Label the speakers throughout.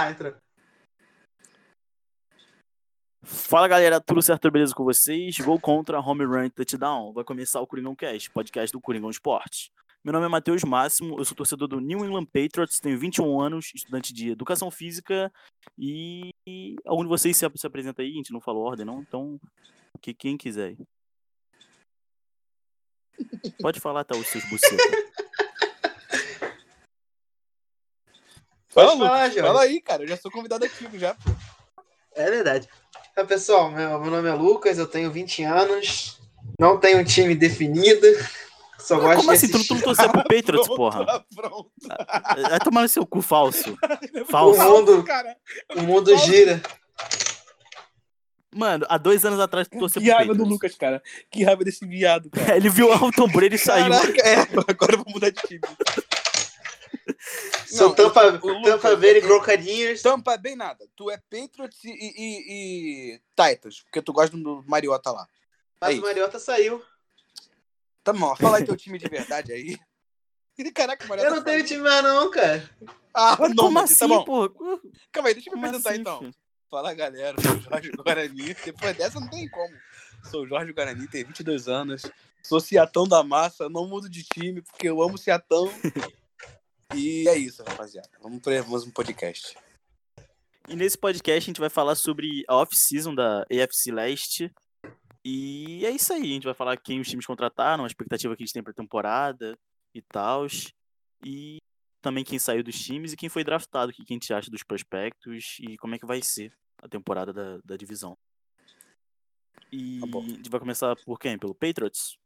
Speaker 1: Ah, entra.
Speaker 2: Fala galera, tudo certo, beleza com vocês? Gol contra Home Run Touchdown. Vai começar o Coringão Cast, podcast do Coringão Esporte. Meu nome é Matheus Máximo, eu sou torcedor do New England Patriots, tenho 21 anos, estudante de educação física e algum de vocês se ap- se apresenta aí, a gente não falou ordem não, então que quem quiser. aí. Pode falar, tá, os seus bucetas.
Speaker 1: Pode
Speaker 3: Fala, Lucas,
Speaker 1: falar, Jorge.
Speaker 3: Fala aí, cara. Eu já sou convidado ativo já. pô.
Speaker 1: É verdade. Então, pessoal, meu, meu nome é Lucas, eu tenho 20 anos, não tenho um time definido, só
Speaker 2: Ah,
Speaker 1: gosto
Speaker 2: Como
Speaker 1: de
Speaker 2: assim? Tu, tu não
Speaker 1: assistir.
Speaker 2: torceu pro Patriots,
Speaker 3: Pronto,
Speaker 2: porra?
Speaker 3: ah, Pronto.
Speaker 2: Vai tomar no seu cu falso.
Speaker 1: O
Speaker 2: Falso.
Speaker 1: mundo,
Speaker 3: Cara,
Speaker 1: o mundo gira.
Speaker 2: Mano, há dois anos atrás tu torceu
Speaker 3: que
Speaker 2: pro
Speaker 3: raiva do
Speaker 2: Patriots.
Speaker 3: Lucas, cara. Que raiva desse viado, cara.
Speaker 2: Ele viu o Alton Brady e saiu.
Speaker 3: Caraca, é, agora eu vou mudar de time.
Speaker 1: Sou
Speaker 3: Não,
Speaker 1: Tampa,
Speaker 3: o Lucas-
Speaker 1: Tampa Bay e Brocadinhos.
Speaker 3: Tampa bem nada. Tu é Patriots e, e, e Titans, porque tu gosta do Mariota lá.
Speaker 1: Mas
Speaker 3: É isso.
Speaker 1: o Mariota saiu.
Speaker 3: Tá bom, fala aí teu time de verdade aí. Caraca, o Mariota.
Speaker 1: Eu não tenho
Speaker 3: saiu.
Speaker 1: time mais não, cara.
Speaker 3: Ah,
Speaker 2: Mano,
Speaker 3: não,
Speaker 2: como
Speaker 3: mas
Speaker 2: assim,
Speaker 3: tá bom.
Speaker 2: porra?
Speaker 3: Calma aí, deixa eu me
Speaker 2: Como
Speaker 3: apresentar
Speaker 2: assim,
Speaker 3: então.
Speaker 2: filho?
Speaker 3: Fala galera, eu sou o Jorge Guarani. Depois dessa não tem como. Sou o Jorge Guarani, tenho 22 anos. Sou Ciatão da Massa, não mudo de time porque eu amo Ciatão. E é isso, rapaziada. Vamos para mais um podcast.
Speaker 2: E nesse podcast a gente vai falar sobre a off-season da AFC Leste. E é isso aí, a gente vai falar quem os times contrataram, a expectativa que a gente tem pra temporada e tal. E também quem saiu dos times e quem foi draftado, o que que a gente acha dos prospectos e como é que vai ser a temporada da, da divisão. E
Speaker 3: Tá bom.
Speaker 2: a gente vai começar por quem? Pelo Patriots?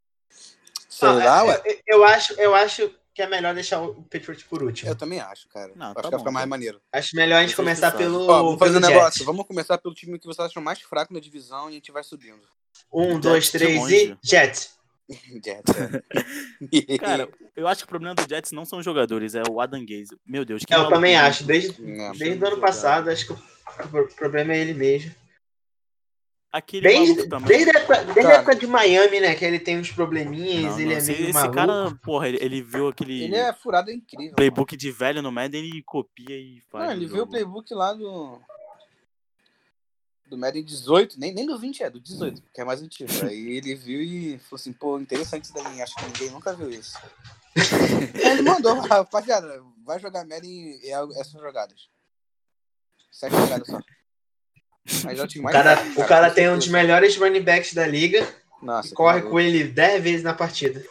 Speaker 3: Sei
Speaker 1: Ah,
Speaker 3: lá,
Speaker 1: eu-
Speaker 3: ué.
Speaker 1: eu, eu acho, eu acho que é melhor deixar o Patriot por último.
Speaker 3: Eu também acho, cara.
Speaker 2: Não,
Speaker 3: acho
Speaker 2: tá
Speaker 3: que
Speaker 2: bom,
Speaker 3: vai ficar mais
Speaker 2: tá.
Speaker 3: maneiro.
Speaker 1: Acho melhor a gente
Speaker 2: Vocês que
Speaker 1: começar
Speaker 2: sabem.
Speaker 1: pelo.
Speaker 3: Ó, vamos fazer um
Speaker 1: pelo
Speaker 3: negócio.
Speaker 1: Jets.
Speaker 3: Vamos começar pelo time que vocês acham mais fraco na divisão e a gente vai subindo.
Speaker 1: Um,
Speaker 2: Jets
Speaker 1: dois,
Speaker 2: de
Speaker 1: três e.
Speaker 2: longe.
Speaker 1: Jets.
Speaker 3: Jets, é.
Speaker 2: Cara, eu acho que o problema do Jets não são os jogadores, é o Adam Gaze. Meu Deus, que
Speaker 1: É, Eu
Speaker 2: maluco,
Speaker 1: também
Speaker 2: né?
Speaker 1: acho. Desde,
Speaker 3: Não.
Speaker 1: desde o ano passado, acho que o pro- problema é ele mesmo.
Speaker 2: Aquele
Speaker 1: Desde,
Speaker 2: é maluco também.
Speaker 1: desde, a, época, desde a
Speaker 3: Cara.
Speaker 1: época de Miami, né? Que ele tem uns probleminhas,
Speaker 2: Não,
Speaker 1: ele
Speaker 2: não,
Speaker 1: é
Speaker 2: esse,
Speaker 1: meio
Speaker 2: esse
Speaker 1: maluco.
Speaker 2: cara, porra, ele, ele viu aquele
Speaker 3: Ele é furado é incrível. mano.
Speaker 2: playbook de velho no Madden e copia e faz.
Speaker 3: Não,
Speaker 2: o
Speaker 3: ele viu o
Speaker 2: jogo.
Speaker 3: playbook lá do. Do Madden 18, nem, nem do 20 é, do 18, que é mais antigo. Aí ele viu e falou assim, pô, interessante isso daí, acho que ninguém nunca viu isso. Aí ele mandou, rapaziada, vai jogar Madden e é algo- essas jogadas. Sete jogadas só. Mas é o time
Speaker 1: O
Speaker 3: mais
Speaker 1: cara,
Speaker 3: fraco,
Speaker 1: o cara
Speaker 3: com
Speaker 1: tem um dos
Speaker 3: certeza.
Speaker 1: melhores running backs da liga e
Speaker 3: Nossa,
Speaker 1: corre
Speaker 3: cara,
Speaker 1: com ele 10 vezes na partida.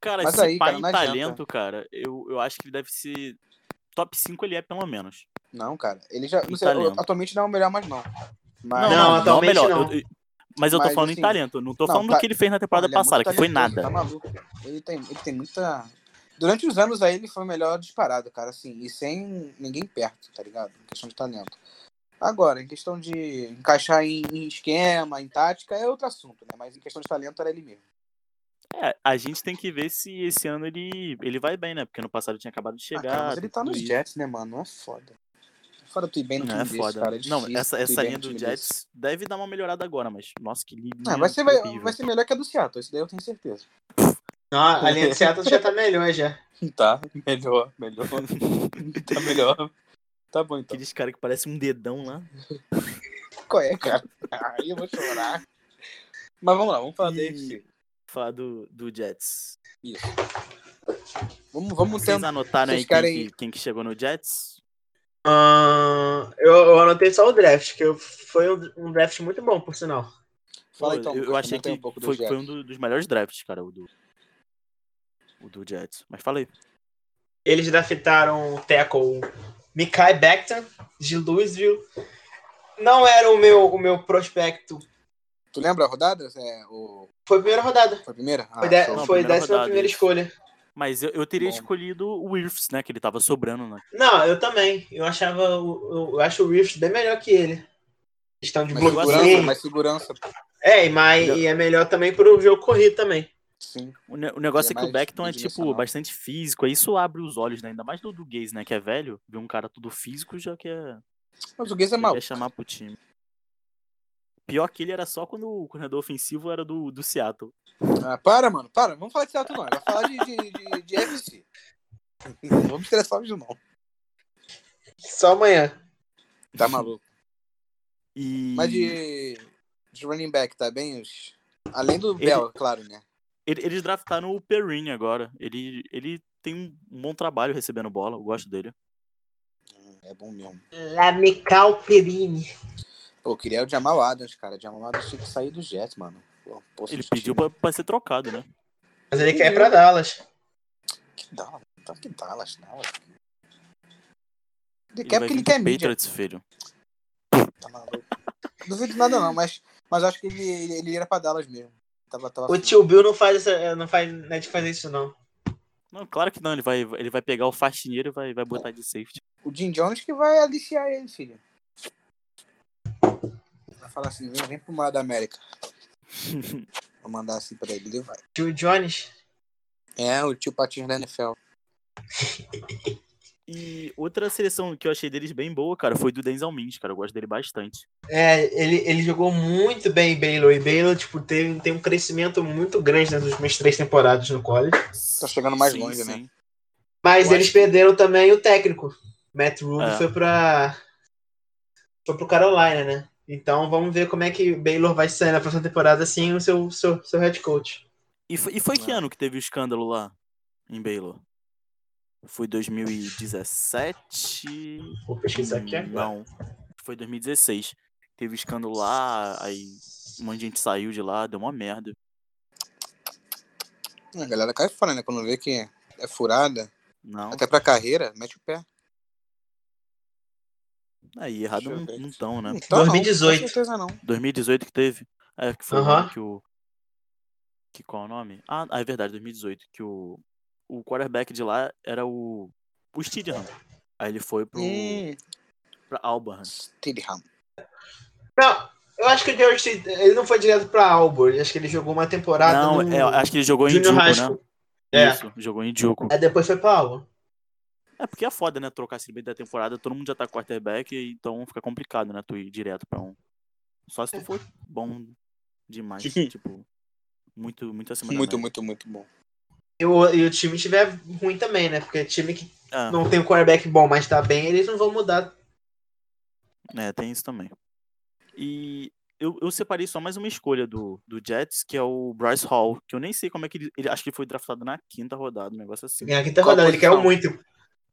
Speaker 2: Cara,
Speaker 3: Mas
Speaker 2: esse
Speaker 3: aí,
Speaker 2: pai
Speaker 3: cara,
Speaker 2: em
Speaker 3: não adianta.
Speaker 2: talento, cara, eu, eu acho que ele deve ser. Top 5 ele é, pelo menos.
Speaker 3: Não, cara, ele já. Não sei,
Speaker 2: Italiano.
Speaker 3: atualmente não é o melhor mais, não. Mas,
Speaker 1: tá Não, não, atual- atualmente não.
Speaker 2: eu- eu- mas eu tô
Speaker 3: Mas,
Speaker 2: falando
Speaker 3: assim,
Speaker 2: em talento, não tô
Speaker 3: não,
Speaker 2: falando
Speaker 3: tá-
Speaker 2: do que ele fez na temporada
Speaker 3: Ele é muito
Speaker 2: passada, que foi
Speaker 3: talentoso,
Speaker 2: nada.
Speaker 3: Tá maluco. Ele tem, ele tem muita. Durante os anos aí ele foi o melhor disparado, cara, assim, e sem ninguém perto, tá ligado? Em questão de talento. Agora, em questão de encaixar em, em esquema, em tática, é outro assunto, né? Mas em questão de talento era ele mesmo. tá?
Speaker 2: É, a gente tem que ver se esse ano ele, ele vai bem, né? Porque ano passado tinha acabado de
Speaker 3: Ah,
Speaker 2: chegar.
Speaker 3: cara, mas ele tá
Speaker 2: tudo
Speaker 3: nos
Speaker 2: isso.
Speaker 3: Jets, né, mano? É foda. É foda tu ir bem no
Speaker 2: Não,
Speaker 3: time
Speaker 2: é
Speaker 3: desse,
Speaker 2: foda.
Speaker 3: cara. É difícil
Speaker 2: não, essa,
Speaker 3: tu ir
Speaker 2: essa
Speaker 3: bem
Speaker 2: linha
Speaker 3: no
Speaker 2: do
Speaker 3: time
Speaker 2: Jets é
Speaker 3: desse.
Speaker 2: deve dar uma melhorada agora, mas nossa, que linha.
Speaker 3: Não, vai ser, vai,
Speaker 2: horrível.
Speaker 3: vai ser melhor que a do Seattle, isso daí eu tenho certeza.
Speaker 1: Não, a linha do Seattle já tá melhor já.
Speaker 3: Tá, melhor, melhor. tá melhor. Tá bom então.
Speaker 2: Aqueles caras que parecem um dedão lá.
Speaker 3: Qual é, cara? Aí eu vou chorar. Mas vamos lá, vamos falar da
Speaker 2: E-
Speaker 3: AFC.
Speaker 2: falar do, do Jets.
Speaker 3: Isso. Vamos, vamos
Speaker 2: Vocês
Speaker 3: tentar.
Speaker 2: anotaram aí
Speaker 3: vocês
Speaker 2: quem,
Speaker 3: querem-
Speaker 2: que, quem que chegou no Jets?
Speaker 1: Ahn, Ah, eu, eu anotei só o draft, que eu- foi um- um draft muito bom, por sinal.
Speaker 3: Fala
Speaker 2: Pô,
Speaker 3: então.
Speaker 2: eu, eu
Speaker 3: Lucas,
Speaker 2: achei
Speaker 3: comenta
Speaker 2: que
Speaker 3: aí um pouco do
Speaker 2: foi,
Speaker 3: Jets.
Speaker 2: foi um do- dos melhores drafts, cara, o do, o do Jets. Mas fala aí.
Speaker 1: Eles draftaram o tackle Mikai Becton, de Louisville. Não era o meu, o meu prospecto.
Speaker 3: Tu lembra a rodada? É, o...
Speaker 1: Foi a primeira rodada.
Speaker 3: Foi a primeira? Ah,
Speaker 1: Foi, de,
Speaker 3: show.
Speaker 2: não,
Speaker 1: foi
Speaker 2: primeira
Speaker 1: décima
Speaker 2: rodada,
Speaker 1: primeira
Speaker 2: isso.
Speaker 1: escolha.
Speaker 2: Mas eu, eu teria
Speaker 3: Bom.
Speaker 2: escolhido o Irfs, né? Que ele tava sobrando, né?
Speaker 1: Não, eu também. Eu achava. o- Eu, acho o Rift bem melhor que ele. Questão de
Speaker 3: Mais
Speaker 1: bloqueio.
Speaker 3: segurança, mais segurança.
Speaker 1: É, e, mais, e é melhor também pro jogo corrido também.
Speaker 3: Sim.
Speaker 2: O, ne- o negócio é,
Speaker 3: Ele é
Speaker 2: que o
Speaker 3: mais
Speaker 2: Beckton é, tipo,
Speaker 3: bidimensional.
Speaker 2: bastante físico. Aí isso abre os olhos, né? Ainda mais do, do Gaze, né? Que é velho. Ver um cara todo físico já quer,
Speaker 3: Mas o Gaze é
Speaker 2: já
Speaker 3: mau.
Speaker 2: quer chamar pro time. Pior que ele era só quando o corredor ofensivo era do, do Seattle.
Speaker 3: Ah, para, mano, para. Vamos falar de Seattle, não. Vai falar de, de, de, de AFC. Não vamos estressar hoje, não.
Speaker 1: Só amanhã.
Speaker 3: Tá maluco.
Speaker 2: E
Speaker 3: Mas de, de running back, tá bem? Os- Além do Bell, claro, né?
Speaker 2: ele- eles draftaram o Perrin agora. Ele, ele tem um bom trabalho recebendo bola, eu gosto dele.
Speaker 3: É bom mesmo.
Speaker 1: Lamical Perini.
Speaker 3: Pô, eu queria o Jamal Adams, cara. Jamal Adams tinha que sair do Jets, mano. Pô, poxa,
Speaker 2: Ele
Speaker 3: esse
Speaker 2: pediu
Speaker 3: time-
Speaker 2: pra, pra ser trocado, né?
Speaker 1: Mas ele quer ir pra Dallas.
Speaker 3: Que Dallas? Tá que Dallas, Dallas. Ele,
Speaker 2: Ele
Speaker 3: quer
Speaker 2: vai
Speaker 3: É porque
Speaker 2: vir
Speaker 3: ele quer
Speaker 2: pro
Speaker 3: mídia.
Speaker 2: Patriots, filho.
Speaker 3: Tá maluco. Duvido nada não, mas, mas acho que ele, ele, ele era pra Dallas mesmo. Tava, tava
Speaker 1: O tio Bill não faz essa. Não faz né, de fazer isso, não.
Speaker 2: Não, claro que não. Ele vai, ele vai pegar o faxineiro e vai, vai botar de safety.
Speaker 3: O Jim Jones que vai aliciar ele, filho. Vai falar assim, vem, vem pro Mar da América. Vou mandar assim pra ele, ele vai.
Speaker 1: Tio Jones.
Speaker 3: É, o tio Patinho da NFL.
Speaker 2: E outra seleção que eu achei deles bem boa, cara, foi do Denzel Mims, cara. Eu gosto dele bastante.
Speaker 1: É, ele, ele jogou muito bem em Baylor. E Baylor, tipo, teve, tem um crescimento muito grande nas últimas três temporadas no college.
Speaker 3: Tá chegando mais longe, né?
Speaker 1: Mas
Speaker 2: Eu
Speaker 1: eles
Speaker 2: acho que-
Speaker 1: perderam também o técnico. Matt Rule
Speaker 2: É.
Speaker 1: foi pra. Foi pro Carolina, né? Então vamos ver como é que Baylor vai sair na próxima temporada sem o seu, seu, seu head coach.
Speaker 2: E foi, e foi que
Speaker 3: É.
Speaker 2: ano que teve o escândalo lá em Baylor? Foi 2017?
Speaker 1: Vou pesquisar aqui é agora.
Speaker 2: Hum, Não. Foi 2016. Teve o escândalo lá, aí um monte de gente saiu de lá, deu uma merda.
Speaker 3: A galera cai fora, né? Quando vê que é furada,
Speaker 2: Não,
Speaker 3: até pra carreira, mete o pé.
Speaker 2: aí errado
Speaker 3: Deixa eu
Speaker 2: não,
Speaker 3: ver
Speaker 2: não
Speaker 3: aqui.
Speaker 2: tão, né?
Speaker 3: Não tá, não,
Speaker 1: 2018.
Speaker 3: Com certeza não.
Speaker 2: 2018 que teve. É, que foi o
Speaker 1: Aham.
Speaker 2: ano que o. Que qual é o nome? Ah, ah, é verdade, 2018. Que o. O quarterback de lá era o. O Stidham. Aí ele foi pro.
Speaker 3: Hum,
Speaker 2: pra Auburn.
Speaker 3: Stidham.
Speaker 1: Não, eu acho que o George St- ele não foi direto pra Auburn. Acho que ele jogou uma temporada.
Speaker 2: Não,
Speaker 1: no
Speaker 2: é, acho que ele jogou em
Speaker 1: Junior
Speaker 2: Duco,
Speaker 1: High
Speaker 2: né?
Speaker 1: School. É.
Speaker 2: Isso, jogou em Duco.
Speaker 1: Aí depois foi pra Auburn.
Speaker 2: É porque é foda, né? Trocar esse meio da temporada, todo mundo já tá quarterback, então fica complicado, né? Tu ir direto pra um. Só
Speaker 1: É.
Speaker 2: se tu for bom demais. tipo, muito, muito acima
Speaker 3: Muito,
Speaker 2: da média.
Speaker 3: muito, muito bom.
Speaker 1: E o, e o time tiver ruim também, né? Porque time que
Speaker 2: Ah,
Speaker 1: não tem um quarterback bom, mas tá bem, eles não vão mudar.
Speaker 2: É, tem isso também. E eu, eu separei só mais uma escolha do, do Jets, que é o Bryce Hall, que eu nem sei como é que ele, ele- Acho que ele foi draftado na quinta rodada, um negócio assim.
Speaker 1: Ganhar a quinta
Speaker 3: Qual
Speaker 1: rodada. tá Ele caiu
Speaker 3: posição?
Speaker 1: muito.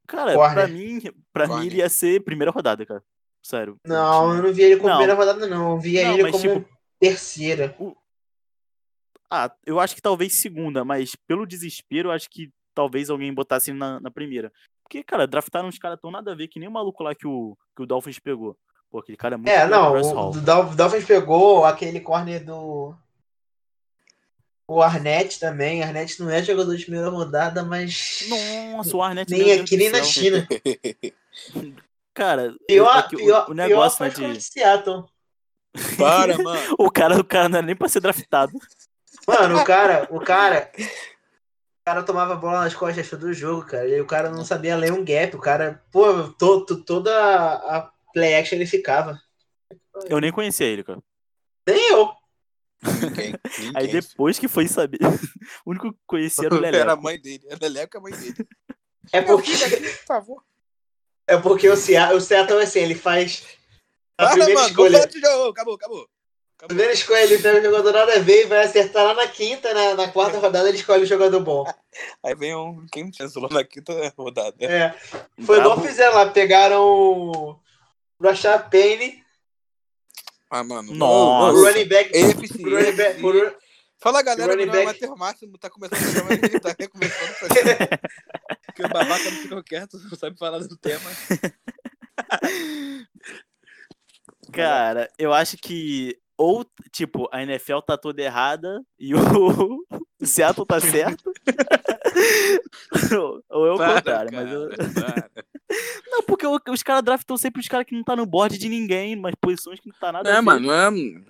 Speaker 2: Cara,
Speaker 1: Corner.
Speaker 2: pra mim, pra mim
Speaker 3: Corner.
Speaker 2: ele ia ser primeira rodada, cara. Sério.
Speaker 1: Não, eu não vi ele como
Speaker 2: Não.
Speaker 1: primeira rodada, não. Eu via
Speaker 2: Não,
Speaker 1: ele
Speaker 2: mas,
Speaker 1: como
Speaker 2: tipo-
Speaker 1: terceira.
Speaker 2: Ah, eu acho que talvez segunda, mas pelo desespero, eu acho que talvez alguém botasse ele na, na primeira. Porque, cara, draftaram uns caras tão nada a ver, que nem o maluco lá que o, que o Dolphins pegou. Pô, aquele cara é muito
Speaker 1: É,
Speaker 2: melhor que o
Speaker 1: não.
Speaker 2: Bryce
Speaker 1: O
Speaker 2: Hall.
Speaker 1: o Dol- Dolphins pegou aquele corner do. O Arnett também. Arnett não é jogador de primeira rodada, mas.
Speaker 2: Nossa, o Arnett. é, meu
Speaker 1: nem
Speaker 2: Deus
Speaker 1: aqui,
Speaker 2: do
Speaker 1: nem na
Speaker 2: céu.
Speaker 1: China.
Speaker 2: Cara,
Speaker 1: Pior,
Speaker 2: é que o-
Speaker 1: pior,
Speaker 2: o, negócio,
Speaker 1: pior
Speaker 2: né,
Speaker 1: foi
Speaker 2: de-
Speaker 1: de... Seattle.
Speaker 3: Para, mano.
Speaker 2: O cara, o cara não era nem pra ser draftado.
Speaker 1: Mano, o cara, o cara. O cara tomava bola nas costas todo jogo, cara. E o cara não sabia ler um gap. O cara, pô, to, to- toda a a play action ele ficava.
Speaker 2: Eu nem conhecia ele, cara.
Speaker 1: Nem eu.
Speaker 3: Ninguém. ninguém.
Speaker 2: Aí depois que foi saber, o único que conhecia era o Lelé.
Speaker 3: Era a mãe dele. Era Leleco é a mãe dele.
Speaker 1: É
Speaker 3: Meu
Speaker 1: porque.
Speaker 3: filho, por favor.
Speaker 1: É porque o Seattle, o Seattle assim, ele faz a
Speaker 3: Para,
Speaker 1: primeira
Speaker 3: Ah, mano.
Speaker 1: escolha.
Speaker 3: vamos lá, Tijão. Acabou, acabou.
Speaker 1: A primeira escolha ele pega o jogador nada a ver e vai acertar lá na quinta, na, na
Speaker 3: É.
Speaker 1: quarta rodada ele escolhe o jogador bom.
Speaker 3: Aí vem um. Quem cancelou na quinta rodada?
Speaker 1: É. Foi igual fizeram lá, pegaram o Rashad Payne,
Speaker 3: Ah, mano.
Speaker 1: o
Speaker 2: Nossa.
Speaker 1: running back.
Speaker 3: Eficiente.
Speaker 1: o running back- um- o ru-
Speaker 3: Fala, galera.
Speaker 1: Running
Speaker 3: Meu nome é
Speaker 1: back.
Speaker 3: Matheus Máximo. Tá começando a chamar ele. Tá recomeçando. Pra... Porque o babaca não ficou quieto. Não sabe falar do tema.
Speaker 2: Cara, eu acho que ou, tipo, a NFL tá toda errada e o, o Seattle tá certo. ou, ou é o contrário, mas eu-
Speaker 3: cara, para.
Speaker 2: Não, porque o- os caras draftam sempre os caras que não tá no board de ninguém, mas posições que não tá nada. a
Speaker 3: É,
Speaker 2: ver.
Speaker 3: mano, é.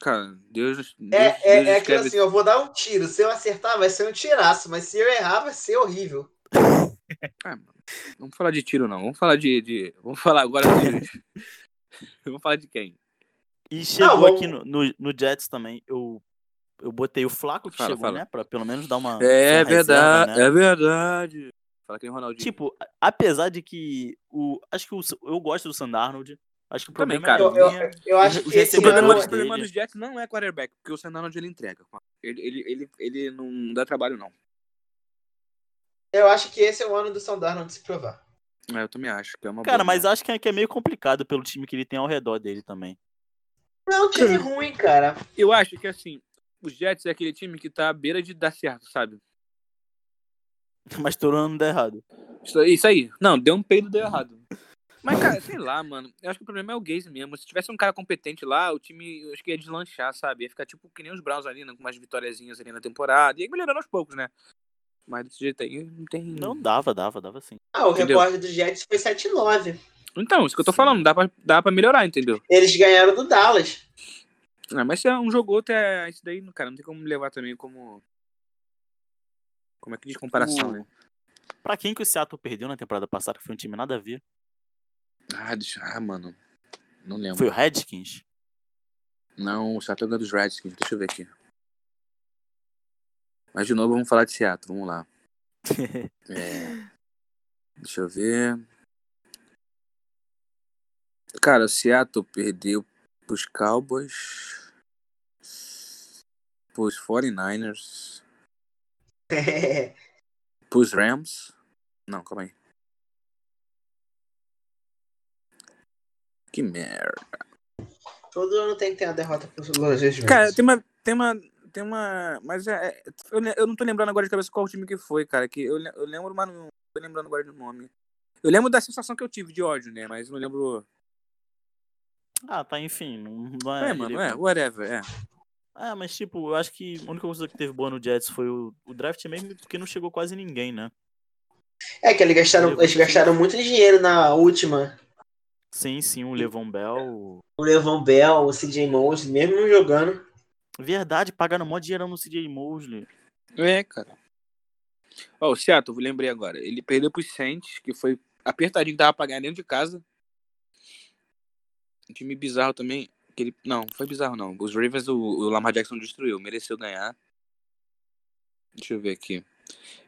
Speaker 3: Cara, Deus. Deus
Speaker 1: É, é,
Speaker 3: Deus
Speaker 1: é aquilo
Speaker 3: escreve-
Speaker 1: assim, eu vou dar um tiro. Se eu acertar, vai ser um tiraço, mas se eu errar, vai ser horrível.
Speaker 3: Ah, mano, vamos falar de tiro, não. Vamos falar de. de- Vamos falar agora de. vamos falar de quem?
Speaker 2: E chegou
Speaker 1: vamos-
Speaker 2: aqui no, no, no Jets também. Eu, eu botei o Flaco que
Speaker 3: Fala,
Speaker 2: chegou,
Speaker 3: fala.
Speaker 2: né? Pra pelo menos dar uma. uma
Speaker 3: É
Speaker 2: reserva,
Speaker 3: verdade,
Speaker 2: né?
Speaker 3: é verdade. Fala que nem o Ronaldinho.
Speaker 2: Tipo, a- apesar de que o. Acho que o, eu gosto do Sandarnold. Acho que o
Speaker 3: Também,
Speaker 2: problema
Speaker 3: cara.
Speaker 2: é
Speaker 1: Eu,
Speaker 2: a
Speaker 1: eu,
Speaker 2: linha-
Speaker 1: eu acho que
Speaker 2: Os
Speaker 1: esse é
Speaker 3: o é problema,
Speaker 1: ano...
Speaker 2: recebidos-
Speaker 3: o problema
Speaker 2: dele.
Speaker 3: dos Jets não é quarterback, porque o Sandarno ele entrega. mano. Ele, ele, ele, ele não dá trabalho, não.
Speaker 1: Eu acho que esse é o ano do Sandarno de se provar.
Speaker 3: É, eu também acho que é uma
Speaker 2: Cara,
Speaker 3: boa,
Speaker 2: mas
Speaker 3: né?
Speaker 2: acho que é, que é meio complicado pelo time que ele tem ao redor dele também.
Speaker 1: Não, time ruim, cara.
Speaker 3: Eu acho que, assim, os Jets é aquele time que tá à beira de dar certo, sabe?
Speaker 2: Mas todo ano dá errado.
Speaker 3: Isso aí. isso aí. Não, deu um peido, deu errado. Mas, cara, sei lá, mano. Eu acho que o problema é o Gaze mesmo. Se tivesse um cara competente lá, o time, eu acho que ia deslanchar, sabe? Ia ficar tipo que nem os Browns ali, né? Com umas vitóriazinhas ali na temporada. Ia melhorando aos poucos, né? Mas desse jeito aí, não tem...
Speaker 2: Não dava, dava, dava sim.
Speaker 1: Ah, o
Speaker 3: Entendeu?
Speaker 1: recorde do Jets foi 7-9.
Speaker 3: Então, isso que eu tô falando. Dá pra, dá pra melhorar, entendeu?
Speaker 1: Eles ganharam do Dallas.
Speaker 3: Ah, mas se é um jogo ou outro, é isso daí, cara, não tem como levar também como. Como é que diz comparação,
Speaker 2: Como-
Speaker 3: né?
Speaker 2: Pra quem que o Seattle perdeu na temporada passada, que foi um time nada a ver,
Speaker 3: Ah, deixa... ah, mano. Não lembro.
Speaker 2: foi o Redskins.
Speaker 3: Não, o Seattle ganhou dos Redskins, deixa eu ver aqui. Mas de novo, vamos falar de Seattle, vamos lá. É. Deixa eu ver. Cara, o Seattle perdeu pros Cowboys, pros 49ers, pros Rams. Não, calma aí. Que merda.
Speaker 1: Todo ano tem que ter uma derrota pros Los Angeles
Speaker 3: Cara,
Speaker 1: Rams.
Speaker 3: tem uma. Tem uma. Tem uma. Mas é. é- eu, le- eu não tô lembrando agora de cabeça qual time que foi, cara. Que eu, le- eu lembro, mas não tô lembrando agora do nome. Eu lembro da sensação que eu tive de ódio, né? Mas não lembro.
Speaker 2: Ah, tá, enfim. Não, não
Speaker 3: É,
Speaker 2: é,
Speaker 3: mano, é, whatever, é.
Speaker 2: Ah, mas tipo, eu acho que a única coisa que teve boa no Jets foi o, o draft mesmo, porque não chegou quase ninguém, né?
Speaker 1: É que eles gastaram, eles gastaram muito dinheiro na última.
Speaker 2: Sim, sim,
Speaker 3: Hum.
Speaker 2: o Levon Bell.
Speaker 1: O Levon Bell, o CJ Mons, mesmo não jogando.
Speaker 2: Verdade, pagaram mó dinheirão no CJ Mosley.
Speaker 3: É, cara. Ó, o Seattle, eu lembrei agora. Ele perdeu pros Saints, que foi apertadinho, tava pra ganhar dentro de casa. Um time bizarro também. Que ele, não, não foi bizarro não. Os Ravens, o, o Lamar Jackson destruiu, mereceu ganhar. Deixa eu ver aqui.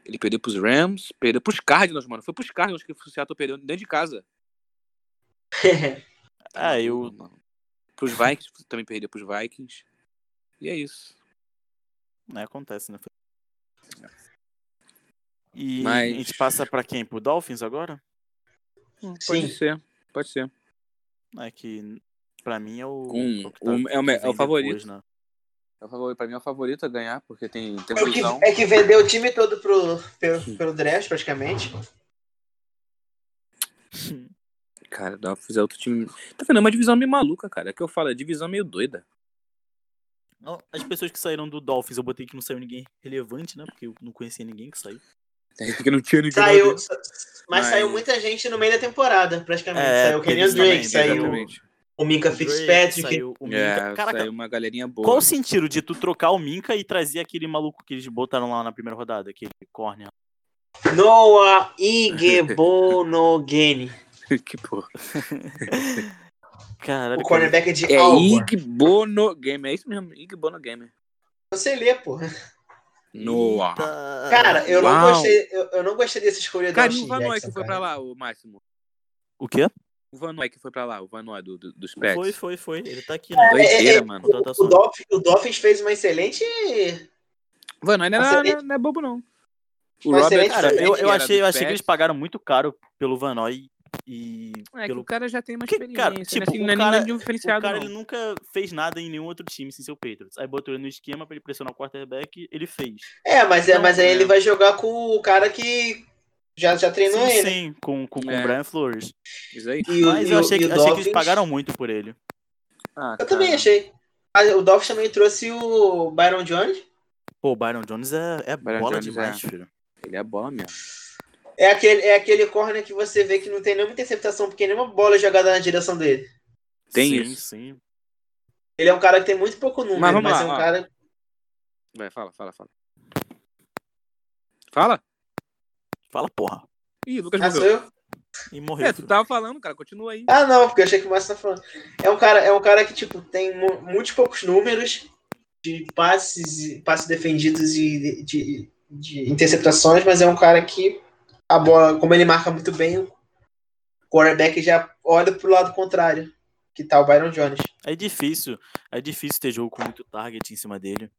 Speaker 3: Ele perdeu pros Rams, perdeu pros Cardinals, mano. Foi pros Cardinals que o Seattle perdeu dentro de casa.
Speaker 2: Ah, eu.
Speaker 3: Mano. Pros Vikings, também perdeu pros Vikings. E é isso.
Speaker 2: Né, acontece, né? E
Speaker 3: Mas-
Speaker 2: a gente passa pra quem? Pro Dolphins agora?
Speaker 1: Sim.
Speaker 3: Pode ser, pode ser.
Speaker 2: É que pra mim é o.
Speaker 3: Com-
Speaker 2: é o que tá-
Speaker 3: o- é o me-
Speaker 2: que vem
Speaker 3: é o favorito.
Speaker 2: depois, né?
Speaker 3: É o favor- Pra mim é o favorito a ganhar, porque tem, tem
Speaker 1: É que,
Speaker 3: visão.
Speaker 1: é que vendeu o time todo pro, pelo, pelo draft, praticamente.
Speaker 3: Cara, dá pra fazer outro time. Tá vendo? É uma divisão meio maluca, cara. É o que eu falo, é divisão meio doida.
Speaker 2: Não, As pessoas que saíram do Dolphins, eu botei que não saiu ninguém relevante, né? Porque eu não conhecia ninguém que saiu.
Speaker 3: É que não tinha ninguém.
Speaker 1: Saiu,
Speaker 3: lá
Speaker 1: mas, saiu muita gente no meio da temporada, praticamente.
Speaker 2: É,
Speaker 1: saiu o Kenyon
Speaker 2: teve
Speaker 1: Drake,
Speaker 2: também,
Speaker 3: dentro.
Speaker 1: saiu
Speaker 3: Exatamente.
Speaker 1: o Minka
Speaker 2: O Drake,
Speaker 1: Fitzpatrick.
Speaker 2: Saiu o Minka.
Speaker 3: É,
Speaker 2: Caraca,
Speaker 3: saiu uma galerinha boa.
Speaker 2: qual o sentido de tu trocar o Minka e trazer aquele maluco que eles botaram lá na primeira rodada, aquele corner?
Speaker 1: Noah Igbonogene.
Speaker 3: que porra.
Speaker 2: Caralho,
Speaker 1: o
Speaker 2: cara,
Speaker 1: cornerback de
Speaker 3: É
Speaker 1: Auburn.
Speaker 3: Ig Bono Gamer. É isso mesmo, Ig Bono Gamer.
Speaker 1: Você lê, porra.
Speaker 3: Noah.
Speaker 2: eita.
Speaker 1: Cara, eu não
Speaker 3: Uau.
Speaker 1: gostei, eu, eu não gostei dessa escolha do
Speaker 3: Cara, e
Speaker 1: Austin
Speaker 3: o Van Noy que
Speaker 1: Jackson,
Speaker 3: foi
Speaker 1: cara.
Speaker 3: pra lá, o Máximo.
Speaker 2: O quê?
Speaker 3: O Van Noy que foi pra lá, o Van Noy do, do- dos Pets.
Speaker 2: Foi, foi, foi. Ele tá aqui, né?
Speaker 3: Doideira,
Speaker 1: É, é,
Speaker 3: mano.
Speaker 1: O, o, Dolphins, o Dolphins fez uma excelente.
Speaker 3: O Van Noy não, é-
Speaker 1: Nossa,
Speaker 3: não é- não é bobo, não. O
Speaker 2: é
Speaker 1: Mas
Speaker 3: Robert
Speaker 1: ele-
Speaker 2: Cara,
Speaker 1: Excelente,
Speaker 2: eu, eu
Speaker 3: era
Speaker 2: achei,
Speaker 3: dos
Speaker 2: eu achei que eles
Speaker 3: Pets.
Speaker 2: pagaram muito caro pelo Vanoy e
Speaker 3: É que
Speaker 2: pelo
Speaker 3: o cara já tem uma
Speaker 2: Que,
Speaker 3: experiência.
Speaker 2: cara,
Speaker 3: né?
Speaker 2: tipo,
Speaker 3: Assim,
Speaker 2: o
Speaker 3: não é
Speaker 2: cara-
Speaker 3: nem um
Speaker 2: O
Speaker 3: diferenciado,
Speaker 2: cara
Speaker 3: não.
Speaker 2: ele nunca fez nada em nenhum outro time sem ser o Patriots. Aí botou ele no esquema pra ele pressionar o quarterback, ele fez.
Speaker 1: É, mas, é,
Speaker 3: Não,
Speaker 1: mas aí
Speaker 3: é.
Speaker 1: ele vai jogar com o cara que já, já treinou
Speaker 2: sim,
Speaker 1: ele.
Speaker 2: sim, com, com, com
Speaker 3: É.
Speaker 2: o Brian Flores.
Speaker 3: Isso aí.
Speaker 1: E o-
Speaker 2: Mas
Speaker 1: e
Speaker 2: eu
Speaker 1: o-
Speaker 2: achei,
Speaker 1: e o
Speaker 2: que, achei que eles
Speaker 1: Dolphins-
Speaker 2: pagaram muito por ele.
Speaker 3: Ah,
Speaker 1: Eu também
Speaker 3: cara.
Speaker 1: achei. Ah, O Dolphins também trouxe o Byron Jones.
Speaker 2: Pô, o Byron Jones é, é
Speaker 3: Byron
Speaker 2: bola
Speaker 3: Jones,
Speaker 2: demais,
Speaker 3: é.
Speaker 2: filho.
Speaker 3: Ele é bola mesmo.
Speaker 1: É aquele, é aquele corner que você vê que não tem nenhuma interceptação, porque nenhuma bola é jogada na direção dele.
Speaker 3: Tem
Speaker 2: sim,
Speaker 3: isso.
Speaker 2: sim.
Speaker 1: Ele é um cara que tem muito pouco número,
Speaker 3: Mas
Speaker 1: mas,
Speaker 3: vamos lá,
Speaker 1: é um
Speaker 3: ó.
Speaker 1: cara.
Speaker 3: Vai, fala, fala, fala. Fala?
Speaker 2: Fala, porra.
Speaker 3: Ih, Lucas
Speaker 1: Ah, sou
Speaker 3: morreu.
Speaker 1: eu?
Speaker 2: E morreu.
Speaker 3: É, tu tava falando, cara, continua aí.
Speaker 1: Ah, não, porque eu achei que o Márcio tá falando. É um cara, é um cara que, tipo, tem mu- muitos poucos números de passes, e- passes defendidos e de, de- de interceptações, mas é um cara que a bola, como ele marca muito bem, o quarterback já olha pro lado contrário, que tá o Byron Jones.
Speaker 2: É difícil. É difícil ter jogo com muito target em cima dele.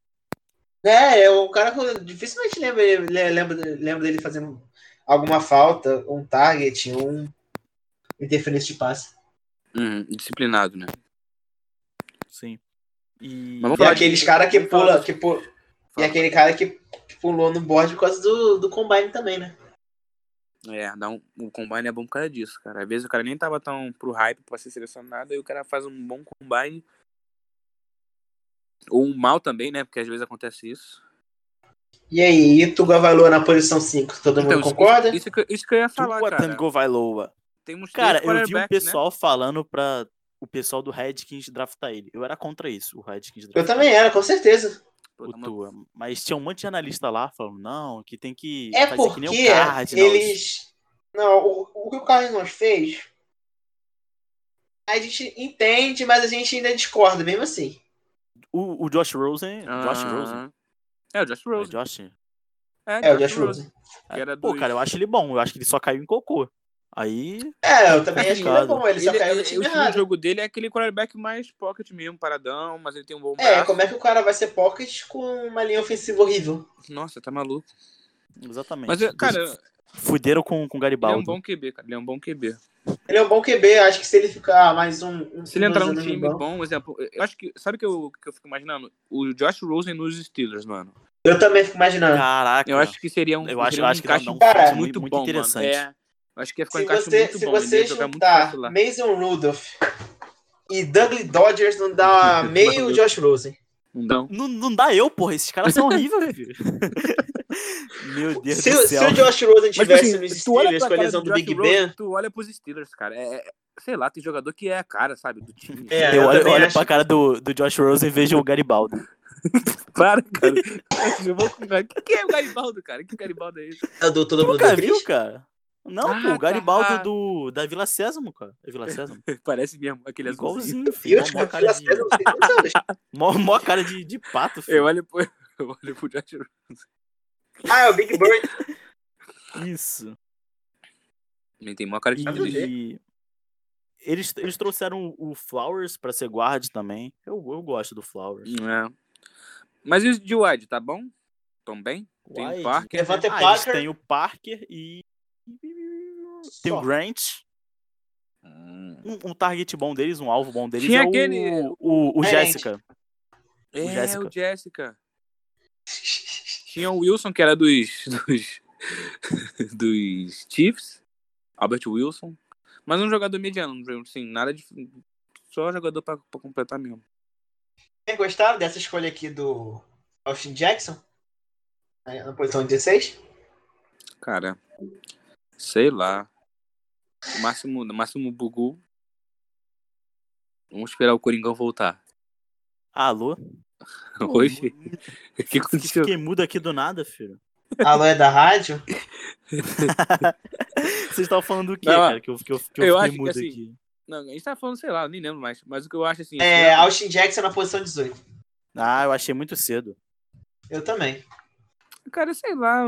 Speaker 1: É, é o cara que dificilmente lembra, lembra, lembra dele fazendo alguma falta, um target, um interferência de passe.
Speaker 3: Uhum, disciplinado, né?
Speaker 2: Sim. E...
Speaker 3: Mas vamos
Speaker 1: E
Speaker 3: falar
Speaker 1: aqueles cara que
Speaker 2: vamos falar
Speaker 1: pula,
Speaker 2: de-
Speaker 1: que pula, e
Speaker 2: Fala.
Speaker 1: aquele cara que pulou no board por causa do, do combine também, né?
Speaker 3: É, dá um, o combine é bom por causa disso, cara. Às vezes o cara nem tava tão pro hype pra ser selecionado, aí o cara faz um bom combine. Ou um mal também, né? Porque às vezes acontece isso.
Speaker 1: E aí, e Tuga Valor na posição 5, todo mundo
Speaker 3: Então, isso-
Speaker 1: concorda?
Speaker 3: Isso, que, isso que eu ia falar,
Speaker 2: Tua
Speaker 3: cara.
Speaker 2: é Tango Vailoa.
Speaker 3: Tem uns
Speaker 2: Cara, eu
Speaker 3: três
Speaker 2: vi um
Speaker 3: quarterbacks, né?
Speaker 2: pessoal falando pra o pessoal do Redskins draftar ele. Eu era contra isso, o Redskins draftar
Speaker 1: Eu também era, com certeza.
Speaker 3: Pô,
Speaker 2: o
Speaker 3: tá uma-
Speaker 2: Tua. Mas tinha um monte de analista lá falando, não, que tem que
Speaker 1: É
Speaker 2: fazer que
Speaker 1: porque
Speaker 2: nem o Cardinals.
Speaker 1: eles. Não, o, o que o Cardinals fez. A gente entende, mas a gente ainda discorda, mesmo assim.
Speaker 2: O, o Josh Rosen. Josh
Speaker 3: Ah.
Speaker 2: Rosen?
Speaker 3: É, o Josh
Speaker 2: É
Speaker 3: Rosen.
Speaker 2: Josh?
Speaker 1: É, o Josh Rosen.
Speaker 3: Que era
Speaker 2: Pô,
Speaker 3: dos-
Speaker 2: cara, eu acho ele bom. Eu acho que ele só caiu em cocô. Aí.
Speaker 1: É, eu também acho que ele é bom, ele
Speaker 3: Ele,
Speaker 1: só
Speaker 3: ele,
Speaker 1: caiu no
Speaker 3: o
Speaker 1: time
Speaker 3: estilo de
Speaker 1: errado.
Speaker 3: jogo dele é aquele quarterback mais pocket mesmo, paradão, mas ele tem um bom
Speaker 1: É,
Speaker 3: braço.
Speaker 1: como é que o cara vai ser pocket com uma linha ofensiva horrível?
Speaker 3: Nossa, tá maluco.
Speaker 2: Exatamente.
Speaker 3: Mas, eu- cara, ele
Speaker 2: Fuderam com, com o
Speaker 3: é
Speaker 2: Garibaldo.
Speaker 3: um bom QB, cara. Ele é um bom QB.
Speaker 1: Ele é um bom QB, acho que se ele ficar mais um. um
Speaker 3: Se ele entrar
Speaker 1: dois
Speaker 3: num
Speaker 1: anos no
Speaker 3: time
Speaker 1: banco-
Speaker 3: bom, por exemplo, eu acho que. Sabe o que eu, que eu fico imaginando? O Josh Rosen nos Steelers, mano.
Speaker 1: Eu também fico imaginando.
Speaker 2: Caraca.
Speaker 3: Eu acho que seria um,
Speaker 2: Eu acho-
Speaker 3: seria
Speaker 2: eu
Speaker 3: um
Speaker 2: acho que dá-
Speaker 3: encaixe
Speaker 2: dá um
Speaker 1: fit
Speaker 2: muito- muito interessante.
Speaker 3: Mano. É, eu acho que ia ficar um
Speaker 1: Se
Speaker 3: encaixe
Speaker 1: você,
Speaker 3: muito
Speaker 1: se
Speaker 3: bom. ele
Speaker 1: você
Speaker 3: ia jogar muito
Speaker 1: juntar
Speaker 3: fácil lá.
Speaker 1: Mason Rudolph e Dougley Dodgers, não dá meio Josh Rosen.
Speaker 3: Não dá um-
Speaker 2: Não, não dá eu, porra. Esses caras são horríveis, filho. Meu Deus
Speaker 1: Se,
Speaker 2: do
Speaker 1: o- se
Speaker 2: céu.
Speaker 1: o Josh Rosen
Speaker 3: Mas, tipo
Speaker 1: tivesse
Speaker 3: assim,
Speaker 1: nos
Speaker 3: tu olha
Speaker 1: Steelers
Speaker 3: pra
Speaker 1: com a
Speaker 3: cara
Speaker 1: lesão
Speaker 3: do
Speaker 1: do
Speaker 3: Josh
Speaker 1: Big
Speaker 3: Rosen,
Speaker 1: Ben,
Speaker 3: Tu olha pros Steelers, cara. É, é- sei lá, tem jogador que é a cara, sabe, do time.
Speaker 1: É,
Speaker 2: eu
Speaker 1: eu
Speaker 2: olho,
Speaker 1: também
Speaker 2: olho
Speaker 1: acho.
Speaker 2: pra cara do, do Josh Rosen e vejo o Garibaldo.
Speaker 3: Para, cara. Eu vou com- cara, que- Quem é o Garibaldo, cara? Que Garibaldo é esse?
Speaker 1: eu dou todo mundo
Speaker 2: Nunca
Speaker 1: do Chris.
Speaker 2: viu, cara? Não,
Speaker 3: Ah,
Speaker 2: pô, o Garibaldo
Speaker 3: tá.
Speaker 2: do, da Vila Sésamo, cara. É Vila Sésamo?
Speaker 3: Parece mesmo aquele é azulzinho.
Speaker 2: Igualzinho,
Speaker 1: E tipo,
Speaker 2: filho.
Speaker 1: o
Speaker 2: Mó mó cara de, mó, mó cara de, de pato,
Speaker 3: Eu
Speaker 2: filho.
Speaker 3: olho pro, eu olho pro Josh Rosen.
Speaker 1: Ah, é o Big Bird.
Speaker 2: Isso.
Speaker 3: Ele tem maior cara
Speaker 2: Tá
Speaker 3: de time
Speaker 1: Nada a ver.
Speaker 3: dele.
Speaker 2: E eles, eles trouxeram o Flowers pra ser guard também. Eu, eu gosto do Flowers.
Speaker 3: É. Mas e os de Wide, tá bom? Tão bem? Tem o
Speaker 2: Wide.
Speaker 3: Parker.
Speaker 1: Levanta-
Speaker 3: né?
Speaker 1: Tem
Speaker 2: Ah, eles
Speaker 1: Parker.
Speaker 2: têm o Parker e. Tem o
Speaker 1: Só.
Speaker 2: Grant.
Speaker 3: Hum.
Speaker 2: Um, um target bom deles, um alvo bom deles
Speaker 3: Tinha
Speaker 2: é o,
Speaker 3: aquele-
Speaker 2: o, o
Speaker 1: É,
Speaker 2: Jéssica.
Speaker 3: É, o
Speaker 2: Jessica.
Speaker 3: Jessica. Tinha o Wilson, que era dos. dos, dos Chiefs. Albert Wilson. Mas um jogador mediano, assim, nada de. Só jogador pra, pra completar mesmo.
Speaker 1: Vocês gostaram dessa escolha aqui do Austin Jackson? Aí, Na posição 16?
Speaker 3: Cara, sei lá. O máximo, o máximo bugou. Vamos esperar o Coringão voltar.
Speaker 2: Alô?
Speaker 3: Hoje, o que aconteceu?
Speaker 2: Fiquei mudo aqui do nada, filho.
Speaker 1: Alô, é da rádio?
Speaker 2: Vocês estavam falando do quê,
Speaker 3: Não,
Speaker 2: cara? Que eu, que eu, que eu,
Speaker 3: eu acho
Speaker 2: fiquei
Speaker 3: que
Speaker 2: mudo
Speaker 3: assim,
Speaker 2: aqui.
Speaker 3: Não, a gente tá falando, sei lá, eu nem lembro mais. Mas o que eu acho assim.
Speaker 1: É,
Speaker 3: assim,
Speaker 1: Austin Jackson na posição 18.
Speaker 2: Ah, eu achei muito cedo.
Speaker 1: Eu também.
Speaker 3: Cara, sei lá.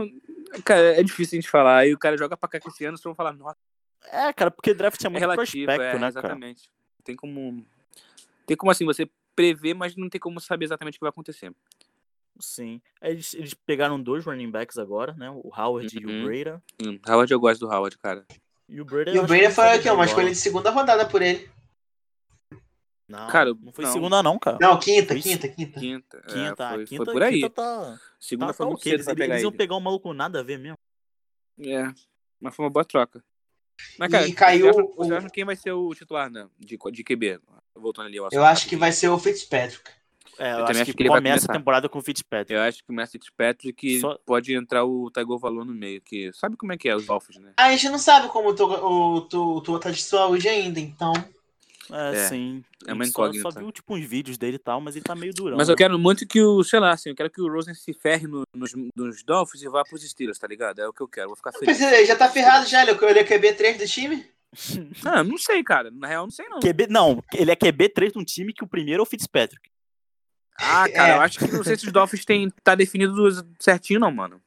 Speaker 3: Cara, é difícil a gente falar. Aí o cara joga pra cá esse ano, só vão falar, nossa,
Speaker 2: É, cara, porque draft é
Speaker 3: é
Speaker 2: muito
Speaker 3: relativo.
Speaker 2: prospecto, né,
Speaker 3: é,
Speaker 2: cara?
Speaker 3: exatamente. Tem como. Tem como assim, você prever, mas não tem como saber exatamente o que vai acontecer.
Speaker 2: Sim. É, Eles, eles pegaram dois running backs agora, né? O Howard e
Speaker 3: Uhum.
Speaker 2: o Breda.
Speaker 3: Hum, Howard, eu gosto do Howard, cara.
Speaker 2: E o Breda,
Speaker 1: E
Speaker 2: eu
Speaker 1: o
Speaker 2: acho que
Speaker 1: Brady
Speaker 2: não
Speaker 1: foi
Speaker 2: sabe
Speaker 1: aqui, ó, uma
Speaker 2: jogar.
Speaker 1: escolha de segunda rodada por ele.
Speaker 2: Não,
Speaker 3: Cara,
Speaker 2: não foi
Speaker 3: não.
Speaker 2: segunda, não, cara.
Speaker 1: Não, quinta,
Speaker 2: Isso.
Speaker 1: quinta, quinta.
Speaker 3: Quinta. é,
Speaker 2: Quinta,
Speaker 3: foi, foi
Speaker 2: quinta,
Speaker 3: por aí.
Speaker 2: quinta tá.
Speaker 3: Segunda
Speaker 2: Tá, tá
Speaker 3: foi muito
Speaker 2: ok.
Speaker 3: cedo
Speaker 2: Eles,
Speaker 3: pra pegar
Speaker 2: eles iam
Speaker 3: ele.
Speaker 2: pegar um maluco nada a ver mesmo.
Speaker 3: É, mas foi uma boa troca. Mas,
Speaker 1: E
Speaker 3: cara,
Speaker 1: caiu
Speaker 3: você acha,
Speaker 1: o-
Speaker 3: você acha quem vai ser o titular né, de, de QB? Voltando ali ao assunto
Speaker 1: Eu acho que
Speaker 3: rapidinho.
Speaker 1: vai ser o Fitzpatrick.
Speaker 2: É, eu,
Speaker 3: também
Speaker 2: acho
Speaker 3: acho
Speaker 2: que,
Speaker 3: que ele vai
Speaker 2: começa a
Speaker 3: começar.
Speaker 2: temporada com o Fitzpatrick.
Speaker 3: Eu acho que o Messi Fitzpatrick
Speaker 2: Só-
Speaker 3: pode entrar o Taigo Valor no meio, que sabe como é que é os Dolphins, né?
Speaker 1: A gente não sabe como o Tua- o Tu- o Tua tá de saúde ainda, então.
Speaker 2: É,
Speaker 3: É,
Speaker 2: sim.
Speaker 3: é uma
Speaker 2: Ele só-
Speaker 3: incógnita.
Speaker 2: Só, viu, tipo, uns vídeos dele e tal, mas ele tá meio durão.
Speaker 3: Mas eu
Speaker 2: né?
Speaker 3: quero muito que o, sei lá, assim, eu quero que o Rosen se ferre no- nos, nos Dolphins e vá pros Steelers, tá ligado? É o que eu quero, eu vou ficar
Speaker 1: Não
Speaker 3: feliz.
Speaker 1: precisa, ele já tá ferrado já, ele ele é QB3 do time.
Speaker 3: Ah, não sei, cara, na real não sei não.
Speaker 2: QB, não, ele é QB3 de um time que o primeiro é o Fitzpatrick.
Speaker 3: Ah, cara,
Speaker 1: É.
Speaker 3: eu acho que não sei se os Dolphins tem, tá definido certinho não, mano.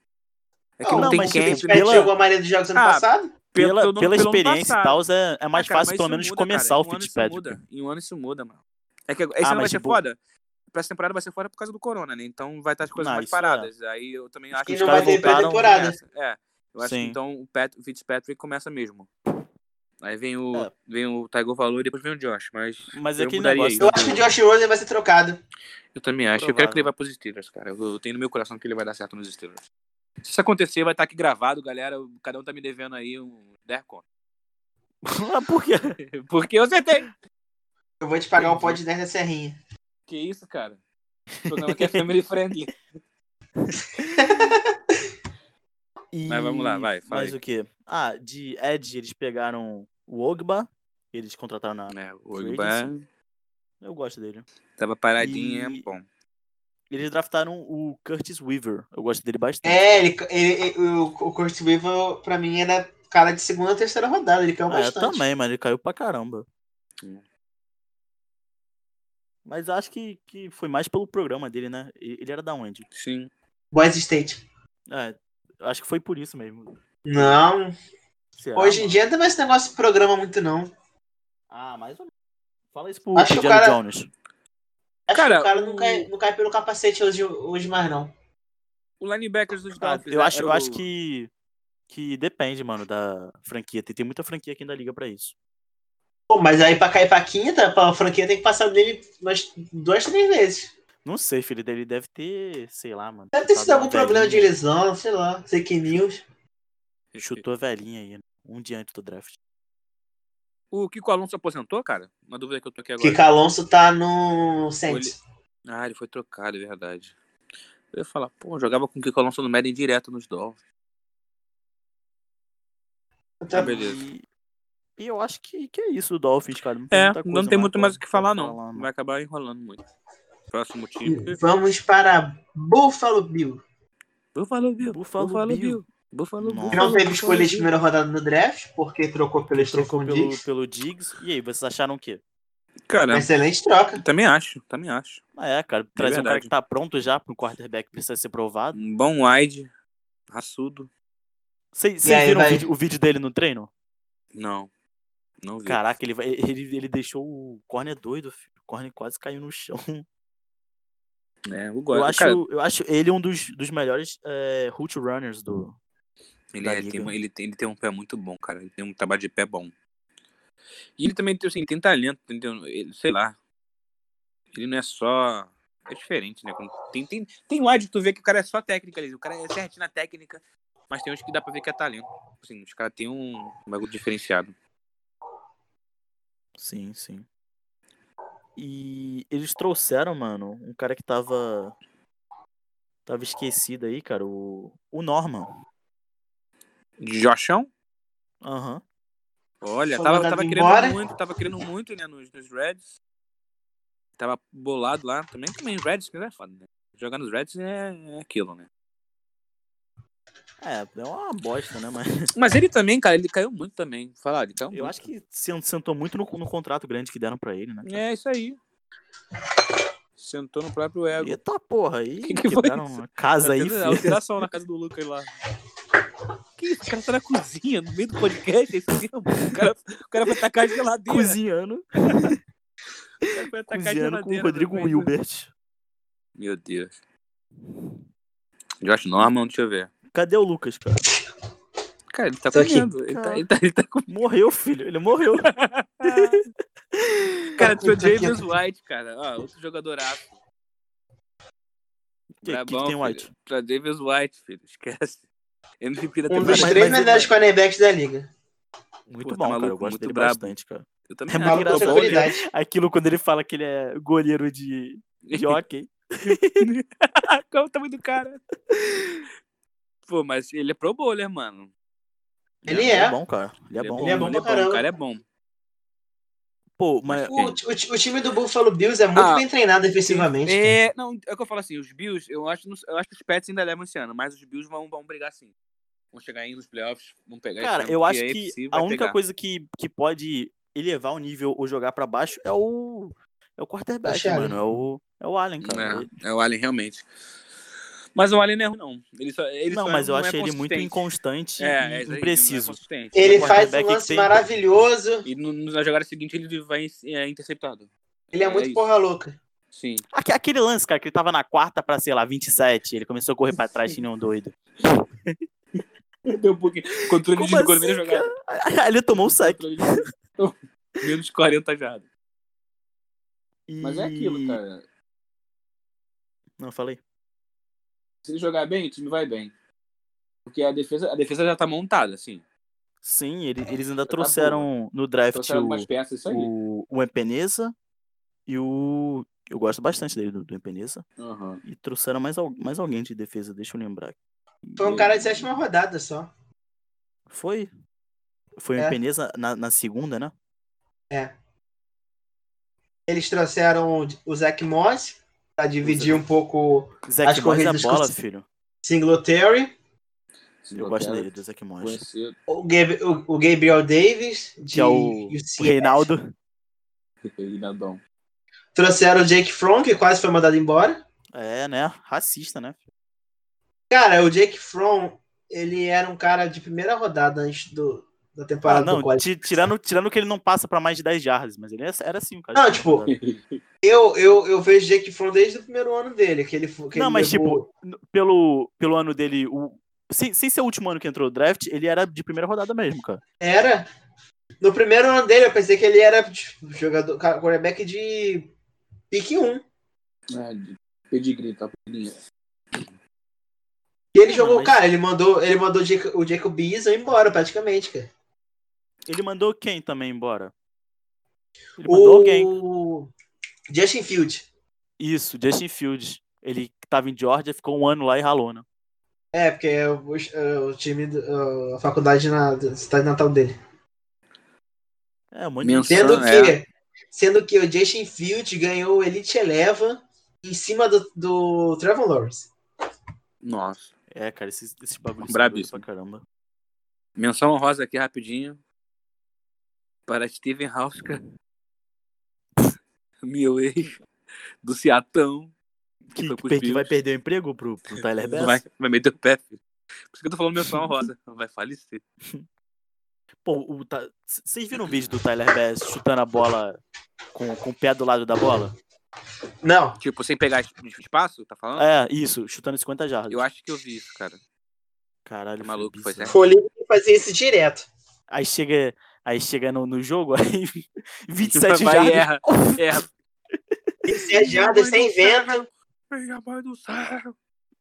Speaker 3: É que não,
Speaker 2: Não,
Speaker 3: tem
Speaker 2: mas
Speaker 3: quem.
Speaker 2: se
Speaker 1: Pela...
Speaker 2: pela-
Speaker 1: Jogou a maioria dos jogos ano
Speaker 3: Ah,
Speaker 1: passado?
Speaker 2: Pela,
Speaker 3: pelo-
Speaker 2: pela
Speaker 3: pelo ano
Speaker 2: experiência e
Speaker 3: passado.
Speaker 2: tal, é, é mais
Speaker 3: Ah, cara,
Speaker 2: fácil
Speaker 3: mas
Speaker 2: pelo
Speaker 3: isso
Speaker 2: menos
Speaker 3: muda,
Speaker 2: começar
Speaker 3: cara.
Speaker 2: o
Speaker 3: Em um ano isso
Speaker 2: Fitzpatrick.
Speaker 3: muda. Em um ano isso muda, mano. É que esse
Speaker 2: Ah,
Speaker 3: ano vai
Speaker 2: mas
Speaker 3: ser
Speaker 2: bo-
Speaker 3: foda. Pra essa temporada vai ser foda por causa do corona, né? Então vai estar as coisas
Speaker 2: Não,
Speaker 3: mais
Speaker 2: isso é.
Speaker 3: paradas. Aí eu também acho
Speaker 2: que
Speaker 3: que
Speaker 2: os
Speaker 1: não
Speaker 2: caras
Speaker 1: vai ter
Speaker 2: voltaram-
Speaker 1: pré-temporada.
Speaker 3: começa. É, eu acho
Speaker 2: Sim.
Speaker 3: que então o, Pat, o Fitzpatrick começa mesmo. Aí vem o,
Speaker 2: É.
Speaker 3: vem o Tiger Valor e depois vem o Josh, mas
Speaker 2: Mas é
Speaker 3: Eu
Speaker 2: aquele
Speaker 3: mudaria
Speaker 2: negócio.
Speaker 3: isso.
Speaker 1: Eu acho que o Josh Rosen vai ser trocado.
Speaker 3: eu também acho. Eu quero que ele vá pros Steelers, cara. Eu, eu tenho no meu coração que ele vai dar certo nos Steelers. Se isso acontecer, vai estar aqui gravado, galera. Cada um tá me devendo aí um 10 conto.
Speaker 2: Ah, por quê?
Speaker 3: Porque eu acertei.
Speaker 1: Eu vou te pagar o pod de 10 da Serrinha.
Speaker 3: Que isso, cara? O programa aqui é family friendly. Mas vamos lá,
Speaker 2: E-
Speaker 3: vai, fala
Speaker 2: Mas
Speaker 3: aí.
Speaker 2: o quê? Ah, de Edge eles pegaram o Ogba, eles contrataram na.
Speaker 3: É, o
Speaker 2: Free
Speaker 3: Ogba
Speaker 2: Eu gosto dele.
Speaker 3: tava paradinho,
Speaker 2: E-
Speaker 3: é bom.
Speaker 2: Eles draftaram o Curtis Weaver, eu gosto dele bastante. Ah,
Speaker 1: É, ele, ele- ele- o, o Kurt Weaver, pra mim, era cara de segunda ou terceira rodada. Ele caiu
Speaker 3: É,
Speaker 2: Ah, eu
Speaker 1: bastante.
Speaker 2: também, mas ele caiu pra caramba.
Speaker 3: Hum.
Speaker 2: Mas acho que, que foi mais pelo programa dele, né? E- Ele era da onde?
Speaker 3: Sim.
Speaker 1: Boys State.
Speaker 2: É, acho que foi por isso mesmo.
Speaker 1: Não,
Speaker 2: Será,
Speaker 1: hoje em
Speaker 2: mano?
Speaker 1: dia não tem mais esse negócio de programa muito, não.
Speaker 2: Ah, mais ou menos. Fala isso pro
Speaker 1: Acho que o
Speaker 2: Jerry
Speaker 1: cara-
Speaker 2: Jones.
Speaker 1: Acho
Speaker 3: Cara,
Speaker 1: que o cara não
Speaker 3: o-
Speaker 1: cai, não cai pelo capacete hoje, hoje mais, não.
Speaker 3: O linebackers dos
Speaker 2: Ah,
Speaker 3: Dolphins.
Speaker 2: eu
Speaker 3: né,
Speaker 2: acho,
Speaker 3: era
Speaker 2: eu
Speaker 3: o-
Speaker 2: acho que, que depende, mano, da franquia. Tem, tem muita franquia aqui da liga pra isso.
Speaker 1: Pô, mas aí pra cair pra quinta, pra franquia tem que passar dele umas duas, três vezes.
Speaker 2: Não sei, filho dele deve ter, sei lá, mano. um
Speaker 1: Deve ter sido
Speaker 2: chutado
Speaker 1: algum
Speaker 2: a velhinha.
Speaker 1: problema de lesão, sei lá, fake news.
Speaker 2: Chutou a velhinha aí, né? um dia antes do draft.
Speaker 3: O Kiko Alonso aposentou, cara? Uma dúvida que eu tô aqui agora.
Speaker 1: Que Calonso tá no Saints.
Speaker 3: Ah, ele foi trocado, é verdade. Eu ia falar, pô, eu jogava com o Kiko Alonso no Madden direto nos Dolphins.
Speaker 1: Tá-
Speaker 3: Ah, beleza.
Speaker 2: E, e eu acho que, que é isso do Dolphins, cara. Não tem
Speaker 3: É,
Speaker 2: muita
Speaker 3: não
Speaker 2: coisa
Speaker 3: tem muito
Speaker 2: pra-
Speaker 3: mais o que
Speaker 2: pra
Speaker 3: falar, não.
Speaker 2: falar,
Speaker 3: Vai acabar enrolando muito. Próximo time.
Speaker 1: Vamos para Buffalo Bill.
Speaker 3: Buffalo Bill.
Speaker 2: Buffalo
Speaker 3: Buffalo
Speaker 2: Bill.
Speaker 3: Bill. Buffalo
Speaker 2: Nossa.
Speaker 3: Bill.
Speaker 1: Que não teve
Speaker 3: Buffalo
Speaker 1: escolha de
Speaker 3: Bill.
Speaker 1: primeira rodada no draft, porque trocou pelo Stephon
Speaker 2: Tipo, Pelo,
Speaker 1: Diggs.
Speaker 2: pelo Diggs. E aí, vocês acharam o quê?
Speaker 3: Cara,
Speaker 1: Excelente troca.
Speaker 3: eu também acho, também acho.
Speaker 2: Ah, é, cara. Trazer um cara
Speaker 3: verdade.
Speaker 2: que tá pronto já pro quarterback precisa ser provado.
Speaker 3: Um bom wide. Raçudo.
Speaker 2: Vocês
Speaker 1: E aí,
Speaker 2: vocês viram o
Speaker 1: vai-
Speaker 2: vídeo, o vídeo dele no treino?
Speaker 3: Não. Não vi.
Speaker 2: Caraca, ele, vai- ele, ele deixou o Corner doido, filho. O Corner quase caiu no chão.
Speaker 3: É, eu gosto.
Speaker 2: Eu acho,
Speaker 3: Cara,
Speaker 2: eu acho ele um dos, dos melhores é, route runners do.
Speaker 3: ele,
Speaker 2: da
Speaker 3: é, tem,
Speaker 2: liga.
Speaker 3: uma- ele, tem, ele tem um pé muito bom, cara. Ele tem um trabalho de pé bom. E ele também tem, assim, tem talento, entendeu? Ele, sei lá. Ele não é só. É diferente, né? Quando Tem, tem, tem wide que tu vê que o cara é só técnica ali. O cara é certinho na técnica, mas tem uns que dá pra ver que é talento. Assim, os caras têm um um bagulho diferenciado.
Speaker 2: Sim, sim. E eles trouxeram, mano, um cara que tava. Tava esquecido aí, cara. O, o Norman.
Speaker 3: Joshão?
Speaker 2: Aham.
Speaker 3: Olha,
Speaker 1: Foi
Speaker 3: tava,
Speaker 1: mandado
Speaker 3: tava querendo
Speaker 1: embora.
Speaker 3: muito, tava querendo muito, né, nos, nos Reds. Tava bolado lá também, também Reds, que é foda, né? Jogar nos Reds é, é aquilo, né?
Speaker 2: É, é uma bosta, né? Mas
Speaker 3: Mas ele também, cara, ele caiu muito também. Falar, ele caiu
Speaker 2: eu acho que sen- sentou muito no, no contrato grande que deram pra ele, né?
Speaker 3: muito. É isso aí. Sentou no próprio ego.
Speaker 2: Eita tá, porra, aí
Speaker 3: É, Que que foi
Speaker 2: quebraram
Speaker 3: isso? Tá
Speaker 2: uma casa aí,
Speaker 3: Altera-
Speaker 2: filho.
Speaker 3: alteração na casa do Lucas lá. Que isso? O cara tá na cozinha, no meio do podcast, é isso mesmo? O cara, o cara vai tacar a geladeira.
Speaker 2: Cozinhando,
Speaker 3: o cara vai tacar Tá a
Speaker 2: cozinhando com o
Speaker 3: geladeira
Speaker 2: Rodrigo
Speaker 3: no meio do-
Speaker 2: Wilbert.
Speaker 3: Meu Deus. Josh Norman, deixa eu ver.
Speaker 2: Cadê o Lucas, cara?
Speaker 3: Cara, ele tá
Speaker 1: Tô aqui.
Speaker 3: comendo. Ele tá, ele, tá, ele tá comendo.
Speaker 2: Morreu, filho. Ele morreu.
Speaker 3: Cara,
Speaker 1: Tô
Speaker 3: teu
Speaker 1: aqui,
Speaker 3: James
Speaker 1: tô
Speaker 3: White, cara. Ó, outro jogador afro.
Speaker 2: Que,
Speaker 3: Tá
Speaker 2: que, que
Speaker 3: bom,
Speaker 2: tem o
Speaker 3: filho.
Speaker 2: White?
Speaker 3: Pra Davis White, filho. Esquece. MVP da
Speaker 1: Um
Speaker 3: temporada.
Speaker 1: dos
Speaker 2: mas-
Speaker 1: três
Speaker 2: mas-
Speaker 1: melhores cornerbacks da liga.
Speaker 2: Muito
Speaker 3: Pô, tá
Speaker 2: bom, cara. Eu
Speaker 3: maluco,
Speaker 2: gosto
Speaker 3: muito
Speaker 2: dele
Speaker 3: brabo.
Speaker 2: bastante, cara.
Speaker 3: Eu também
Speaker 2: É
Speaker 3: acho.
Speaker 1: Maluco
Speaker 2: muito
Speaker 1: da
Speaker 2: engraçado.
Speaker 3: Tá bom,
Speaker 1: tranquilidade.
Speaker 2: Aquilo quando ele fala que ele é goleiro de
Speaker 3: né?
Speaker 2: de hockey.
Speaker 3: Qual é o tamanho do cara? Pô, mas ele é pro bowler, mano.
Speaker 1: Ele
Speaker 2: Ele
Speaker 1: é.
Speaker 2: é bom, cara. Ele é bom.
Speaker 1: Ele é bom
Speaker 3: ele é
Speaker 1: pra caramba.
Speaker 3: O cara é bom.
Speaker 2: Pô, mas
Speaker 1: O, o- o time do Buffalo Bills é muito
Speaker 3: Ah,
Speaker 1: bem treinado defensivamente.
Speaker 3: É, não, é o que eu falo assim, os Bills, eu acho, eu acho que os Pets ainda levam esse ano, mas os Bills vão, vão brigar sim. Vão chegar aí nos playoffs, vão pegar
Speaker 2: Cara,
Speaker 3: é esse ano,
Speaker 2: eu acho
Speaker 3: porque a
Speaker 2: que
Speaker 3: AFC
Speaker 2: a
Speaker 3: vai
Speaker 2: única
Speaker 3: pegar.
Speaker 2: coisa que, que pode elevar o nível ou jogar pra baixo é o é o quarterback,
Speaker 1: Josh Allen.
Speaker 2: mano. É o é o Allen, cara.
Speaker 3: É, é o Allen, realmente. Mas o Allen não é ruim, não. Ele só, ele
Speaker 2: não,
Speaker 3: só
Speaker 2: mas eu
Speaker 3: não é
Speaker 2: acho ele muito
Speaker 3: consistente.
Speaker 2: inconstante
Speaker 3: É, é,
Speaker 2: e
Speaker 3: ele não é
Speaker 2: impreciso.
Speaker 3: consistente.
Speaker 1: Ele
Speaker 2: Um
Speaker 1: faz um
Speaker 2: quarterback
Speaker 1: lance
Speaker 2: que tem-
Speaker 1: maravilhoso.
Speaker 3: E no- na jogada seguinte ele vai é, interceptado.
Speaker 1: Ele é muito
Speaker 3: isso.
Speaker 1: porra louca.
Speaker 3: Sim.
Speaker 2: Aque- Aquele lance, cara, que ele tava na quarta pra, sei lá, 27, ele começou a correr pra trás que nem um doido.
Speaker 3: Deu um pouquinho. Controle
Speaker 2: Como
Speaker 3: de rigor,
Speaker 2: assim,
Speaker 3: menos jogada.
Speaker 2: Aí Ele tomou um sec.
Speaker 3: Controle de rigor. Então, Menos 40 jardas.
Speaker 4: Mas é aquilo, cara.
Speaker 2: Não, falei.
Speaker 3: Se ele jogar bem, o time vai bem. Porque a defesa, a defesa já tá montada, assim.
Speaker 2: Sim, ele- eles ainda
Speaker 3: Tá
Speaker 2: trouxeram no draft
Speaker 3: Trouxeram algumas
Speaker 2: o,
Speaker 3: peças, isso aí.
Speaker 2: o, o Empeneza e o. Eu gosto bastante dele, do, do Empeneza.
Speaker 3: Aham.
Speaker 2: E trouxeram mais, al- mais alguém de defesa, deixa eu lembrar.
Speaker 1: Foi um cara de sétima rodada só.
Speaker 2: Foi? Foi o
Speaker 1: É.
Speaker 2: Empeneza na, na segunda, né?
Speaker 1: Eles trouxeram o- o Zach Moss pra dividir um pouco
Speaker 2: Zac
Speaker 1: As
Speaker 2: Moss é
Speaker 1: corridas
Speaker 2: bola,
Speaker 1: costum-
Speaker 2: filho.
Speaker 1: Singletary,
Speaker 3: Se
Speaker 2: Eu gosto
Speaker 3: botar,
Speaker 2: dele, do Zac Moss.
Speaker 3: conhecer.
Speaker 1: o, Gab- o- o Gabriel Davis, de
Speaker 2: Que é o, o
Speaker 1: UCF.
Speaker 2: Reinaldo.
Speaker 3: Reinaldão.
Speaker 1: Trouxeram o Jake Fromm, que quase foi mandado embora.
Speaker 2: É, né? Racista, né?
Speaker 1: Cara, o Jake Fromm, ele era um cara de primeira rodada antes do, da temporada
Speaker 2: Ah, não,
Speaker 1: do college.
Speaker 2: ti- tirando, tirando que ele não passa pra mais de 10 jardas, mas ele era assim, o cara.
Speaker 1: Não, tipo, Eu, eu, eu vejo Jake Fromm desde o primeiro ano dele, que ele fo- que
Speaker 2: Não,
Speaker 1: ele
Speaker 2: mas
Speaker 1: levou-
Speaker 2: tipo, n- pelo, pelo ano dele, o, sem, sem ser o último ano que entrou o draft, ele era de primeira rodada mesmo, cara.
Speaker 1: Era. No primeiro ano dele, eu pensei que ele era tipo, jogador, ca- quarterback de um. pique 1.
Speaker 3: É, de pedigree, tá? Pedigrinho.
Speaker 1: E ele
Speaker 2: É,
Speaker 1: jogou,
Speaker 2: mas-
Speaker 1: cara, ele mandou, ele mandou o Jaco- o Jacob Eason embora, praticamente, cara.
Speaker 2: Ele mandou quem também embora? Ele mandou alguém.
Speaker 1: O Justin Field.
Speaker 2: Isso, Justin Fields. Ele tava em Georgia, ficou um ano lá e ralou, né?
Speaker 1: É, porque é o, o- o time, do- é a faculdade na da cidade natal dele.
Speaker 2: É, um monte
Speaker 3: Meu
Speaker 2: de gente.
Speaker 1: Sendo
Speaker 3: Só,
Speaker 1: que, sendo que o Justin Field ganhou o Elite Eleven em cima do, do Trevor Lawrence.
Speaker 3: Nossa.
Speaker 2: É, cara, esses, esses bagulhos são
Speaker 3: Brabíssimo.
Speaker 2: doidos pra caramba.
Speaker 3: Menção honrosa aqui rapidinho. Para Steven Hauska. Meu ex. Do Ciatão.
Speaker 2: Que,
Speaker 3: foi pros
Speaker 2: per- que vai
Speaker 3: Bills.
Speaker 2: perder o emprego pro, pro Tyler Bass?
Speaker 3: Vai, vai meter o pé, filho. Por isso que eu tô falando menção honrosa. Vai falecer.
Speaker 2: Pô, o Ta- C- vocês viram o vídeo do Tyler Bass chutando a bola com, com o pé do lado da bola?
Speaker 1: Não,
Speaker 3: Tipo, sem pegar es- espaço, tá falando?
Speaker 2: É, isso, chutando 50 jardas.
Speaker 3: Eu acho que eu vi isso, cara.
Speaker 2: Caralho,
Speaker 3: Que maluco
Speaker 2: foi
Speaker 3: foi né?
Speaker 2: bizarro.
Speaker 3: esse?
Speaker 1: foi ele que fazia isso direto.
Speaker 2: Aí chega, aí chega no, no jogo, aí 27
Speaker 3: Vai e
Speaker 2: jardas.
Speaker 3: erra.
Speaker 2: É,
Speaker 3: Erra.
Speaker 1: Sete jardas sem venda.
Speaker 3: Minha mãe do céu. Tá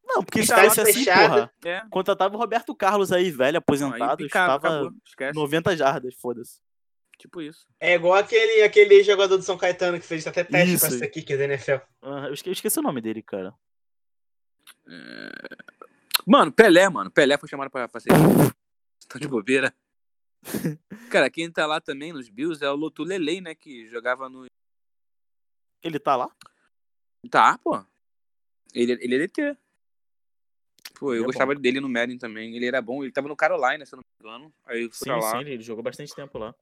Speaker 2: Não, porque se
Speaker 1: Estádio
Speaker 2: fosse assim,
Speaker 1: fechado.
Speaker 2: porra.
Speaker 3: É.
Speaker 2: Contratava o Roberto Carlos aí, velho,
Speaker 3: Aí
Speaker 2: aposentado,
Speaker 3: picava,
Speaker 2: chutava
Speaker 3: acabou. Esquece.
Speaker 2: 90 jardas, foda-se.
Speaker 3: Tipo isso.
Speaker 1: É igual aquele, aquele jogador do São Caetano que fez até teste
Speaker 2: Isso.
Speaker 1: com essa aqui, que é da NFL.
Speaker 2: Ah, eu, esque- eu esqueci, o nome dele, cara.
Speaker 3: Mano, Pelé, mano. Pelé foi chamado pra, pra ser. Tô de bobeira. Cara, quem tá lá também nos Bills é o Lotu Lelei, né? Que jogava no.
Speaker 2: Ele tá lá?
Speaker 3: Tá, pô. Ele, ele é DT. Pô, eu
Speaker 2: Ele é
Speaker 3: gostava dele no Madden também. Ele era bom. Ele tava no Carolina, se eu não me engano. Aí foi pra tá lá.
Speaker 2: ele jogou bastante tempo lá.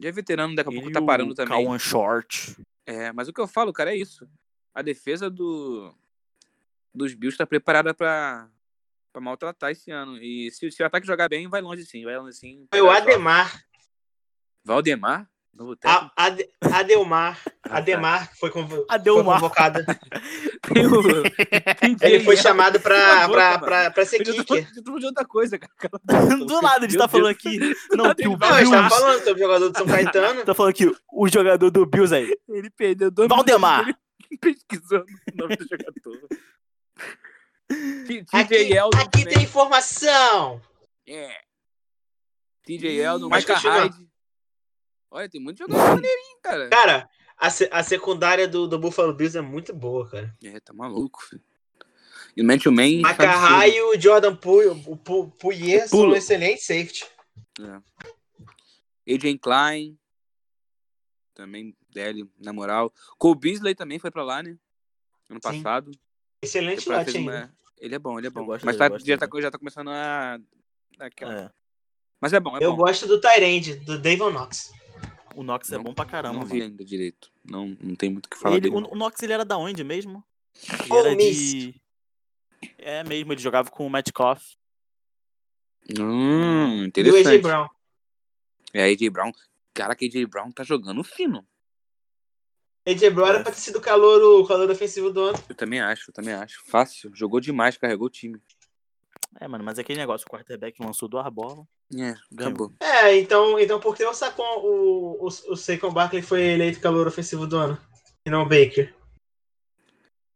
Speaker 3: Já é veterano, daqui a pouco
Speaker 2: Ele
Speaker 3: tá parando também.
Speaker 2: Kawan Short.
Speaker 3: É, mas o que eu falo, cara, é isso. A defesa do dos Bills tá preparada pra, pra maltratar esse ano. E se, se o ataque jogar bem, vai longe sim, vai longe sim.
Speaker 1: Foi o Ademar. Ah.
Speaker 3: Valdemar? Novo técnico.
Speaker 1: A, Ade- Adelmar.
Speaker 3: tá.
Speaker 1: Adelmar que foi, convo
Speaker 2: Ah,
Speaker 1: foi
Speaker 2: Adelmar.
Speaker 1: convocado.
Speaker 3: Tem o- tem
Speaker 1: Ele foi
Speaker 3: Jerry
Speaker 1: chamado pra,
Speaker 3: Cala a
Speaker 1: pra,
Speaker 3: boca,
Speaker 1: pra, pra ser
Speaker 3: Allen. Eu já tô-
Speaker 1: kicker.
Speaker 3: eu tô falando de outra coisa, cara. Cala a boca.
Speaker 2: Do nada, a gente tá
Speaker 3: Meu Deus.
Speaker 2: falando aqui. Não, que o
Speaker 1: Não, a gente tava
Speaker 2: Bills.
Speaker 1: falando sobre o jogador do São Caetano.
Speaker 2: Tá falando aqui, o jogador do Bills aí.
Speaker 3: Ele perdeu dois
Speaker 2: Valdemar.
Speaker 3: minutos dele pesquisando o nome do jogador. T- TJ
Speaker 1: Aqui,
Speaker 3: Eldon
Speaker 1: aqui
Speaker 3: também.
Speaker 1: tem informação.
Speaker 3: É. TJ Eldon,
Speaker 1: Mas
Speaker 3: Micah
Speaker 1: continua.
Speaker 3: Hyde. Olha, tem muito jogador maneirinho, cara.
Speaker 1: Cara, a, se- a secundária do, do Buffalo Bills é muito boa, cara.
Speaker 3: É, tá maluco, filho. E o Man to Man.
Speaker 1: Macarra e o Jordan Puy, o Pu- Puyer são
Speaker 3: Pulo.
Speaker 1: excelentes safety.
Speaker 3: AJ Klein. Também dele, na moral. Cole Beasley também foi pra lá, né? Ano
Speaker 1: Sim.
Speaker 3: passado.
Speaker 1: Excelente
Speaker 3: Foi pra- fez
Speaker 1: lote ainda.
Speaker 3: uma- Ele é bom, ele é bom.
Speaker 2: gosto
Speaker 3: Mas
Speaker 2: dele,
Speaker 3: tá-
Speaker 2: eu gosto
Speaker 3: já,
Speaker 2: dele.
Speaker 3: tá, já tá começando a. Aquela...
Speaker 2: É,
Speaker 3: Mas é bom, é
Speaker 1: Eu
Speaker 3: bom.
Speaker 1: gosto do Tyrande, do Davon Knox.
Speaker 2: o Knox é
Speaker 3: Não-
Speaker 2: bom pra caramba.
Speaker 3: não
Speaker 2: mano.
Speaker 3: vi ainda direito. Não, não tem muito o que falar
Speaker 2: Ele-
Speaker 3: dele.
Speaker 2: o,
Speaker 3: não.
Speaker 2: o Knox ele era da onde mesmo? Ele
Speaker 1: Ole
Speaker 2: era
Speaker 1: Miss.
Speaker 2: de. É mesmo, ele jogava com o Metcalf.
Speaker 3: Hum,
Speaker 1: E o AJ
Speaker 3: interessante.
Speaker 1: Brown.
Speaker 3: É, AJ Brown. Cara, que AJ Brown tá jogando fino.
Speaker 1: AJ Brown
Speaker 3: É.
Speaker 1: era pra ter sido o calor, o calor ofensivo do ano.
Speaker 3: Eu também acho, eu também acho. Fácil. Jogou demais, carregou o time.
Speaker 2: É, mano, mas é aquele negócio, o quarterback lançou duas bolas.
Speaker 3: É, acabou.
Speaker 1: É, então, então por que o Saquon, o, o, o Saquon Barkley foi eleito calor ofensivo do ano? E não o Baker.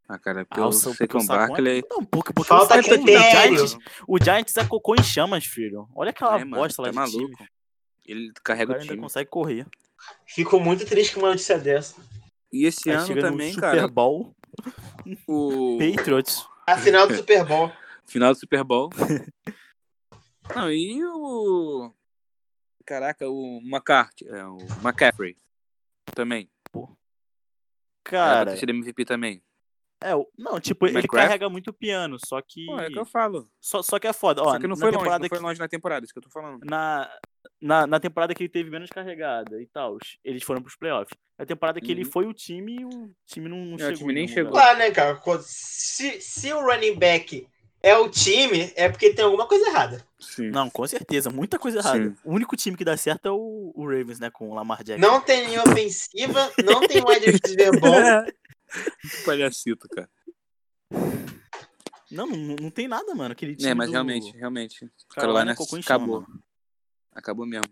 Speaker 3: Ah, cara,
Speaker 2: Ah,
Speaker 3: pelo
Speaker 2: o Sa- porque o
Speaker 3: Second
Speaker 2: Saquon- Tá
Speaker 3: Barkley.
Speaker 2: Não, porque, porque
Speaker 1: Falta
Speaker 2: o Saquon-
Speaker 1: critério.
Speaker 2: O Giants, o Giants é cocô em chamas, filho. Olha aquela
Speaker 3: É, mano,
Speaker 2: bosta lá
Speaker 3: tá
Speaker 2: de
Speaker 3: maluco.
Speaker 2: time.
Speaker 3: Ele
Speaker 2: O
Speaker 3: carrega o
Speaker 2: cara ainda
Speaker 3: time.
Speaker 2: consegue correr.
Speaker 1: Fico muito triste com uma notícia dessa.
Speaker 3: E esse
Speaker 2: Aí
Speaker 3: ano
Speaker 2: chega Tá no
Speaker 3: também,
Speaker 2: Super
Speaker 3: cara,
Speaker 2: Bowl,
Speaker 3: o
Speaker 2: Patriots.
Speaker 1: A final do Super Bowl.
Speaker 3: final do Super Bowl. Não, e o. Caraca, o McCarthy. É, o McCaffrey. Também. Era pra
Speaker 2: Cara,
Speaker 3: ter sido MVP também.
Speaker 2: é, o- não, tipo, ele
Speaker 3: Minecraft?
Speaker 2: carrega muito piano, só que
Speaker 3: Pô, é o que eu falo.
Speaker 2: só, só que é foda, ó,
Speaker 3: Só que não
Speaker 2: na
Speaker 3: foi longe,
Speaker 2: temporada
Speaker 3: não foi
Speaker 2: que-
Speaker 3: longe na temporada, isso que eu tô falando.
Speaker 2: na, na, na temporada que ele teve menos carregada e tal, eles foram pros playoffs. Na temporada que ele
Speaker 3: Uhum. É,
Speaker 2: foi o time, o time não, não
Speaker 3: o
Speaker 2: chegou.
Speaker 3: time
Speaker 2: em
Speaker 3: nem
Speaker 2: nenhum
Speaker 3: chegou.
Speaker 2: lugar.
Speaker 1: Claro, né, cara? Quando- Se, se o running back é o time, é porque tem alguma coisa errada.
Speaker 3: Sim.
Speaker 2: Não, com certeza, muita coisa errada.
Speaker 3: Sim.
Speaker 2: O único time que dá certo é o, o Ravens, né, com o Lamar Jackson.
Speaker 1: Não tem linha ofensiva, não tem wide receiver bom.
Speaker 3: Palhacito, cara.
Speaker 2: Não, não, não tem nada, mano, aquele time
Speaker 3: É, mas
Speaker 2: do
Speaker 3: realmente, realmente.
Speaker 2: Carolina
Speaker 3: Carolina,
Speaker 2: é cocô em chama,
Speaker 3: acabou.
Speaker 2: mano.
Speaker 3: Acabou mesmo.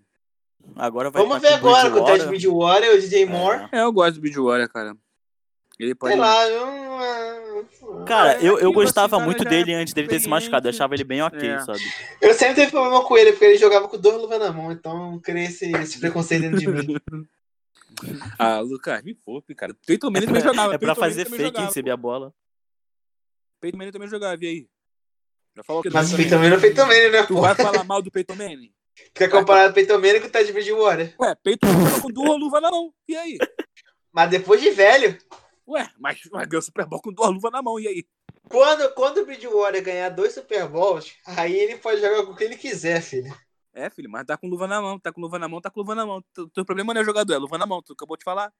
Speaker 2: Agora vai
Speaker 1: Vamos
Speaker 2: tá
Speaker 1: ver
Speaker 2: com o
Speaker 1: agora com o Ted
Speaker 2: Bridgewater.
Speaker 1: Bridgewater, o DJ Moore.
Speaker 2: É.
Speaker 3: É, eu gosto do Bridgewater, cara. Ele pode.
Speaker 1: Sei lá, eu ah, não-
Speaker 2: Cara, eu, eu assim,
Speaker 3: Aqui você
Speaker 2: gostava
Speaker 3: já-
Speaker 2: muito
Speaker 3: já é
Speaker 2: dele antes dele ter se machucado. Eu
Speaker 3: experiente.
Speaker 2: achava ele bem ok,
Speaker 3: É.
Speaker 2: sabe?
Speaker 1: Eu sempre tive problema com ele, porque ele jogava com duas luvas na mão, então eu criei esse, esse preconceito dentro de mim.
Speaker 3: Ah, Lucas, me poupe, cara. Peyton Manning
Speaker 2: É
Speaker 3: também
Speaker 2: pra-
Speaker 3: jogava.
Speaker 2: É pra
Speaker 3: Peyton Manning
Speaker 2: fazer
Speaker 3: também
Speaker 2: fake e
Speaker 3: jogava,
Speaker 2: receber a bola.
Speaker 3: Peyton Manning também jogava, e aí? Já falou que
Speaker 1: Mas o
Speaker 3: tu
Speaker 1: Peyton Manning é o Peyton Manning, né,
Speaker 3: Tu
Speaker 1: pô?
Speaker 3: vai falar mal do Peyton Manning?
Speaker 1: Fica comparado o Peyton Manning com o Ted Bridgewater.
Speaker 3: Ué, Peyton Manning tava com duas luvas na mão, e aí?
Speaker 1: Mas depois de velho,
Speaker 3: Ué, mas mas ganhou o Super Bowl com duas luvas na mão, e aí?
Speaker 1: quando, quando o Bridgewater ganhar dois Super Bowls, aí ele pode jogar com o que ele quiser, filho.
Speaker 3: É, filho, mas tá com luva na mão, tá com luva na mão, tá com luva na mão. Tu- Teu problema não é jogador, é luva na mão, tu acabou de falar.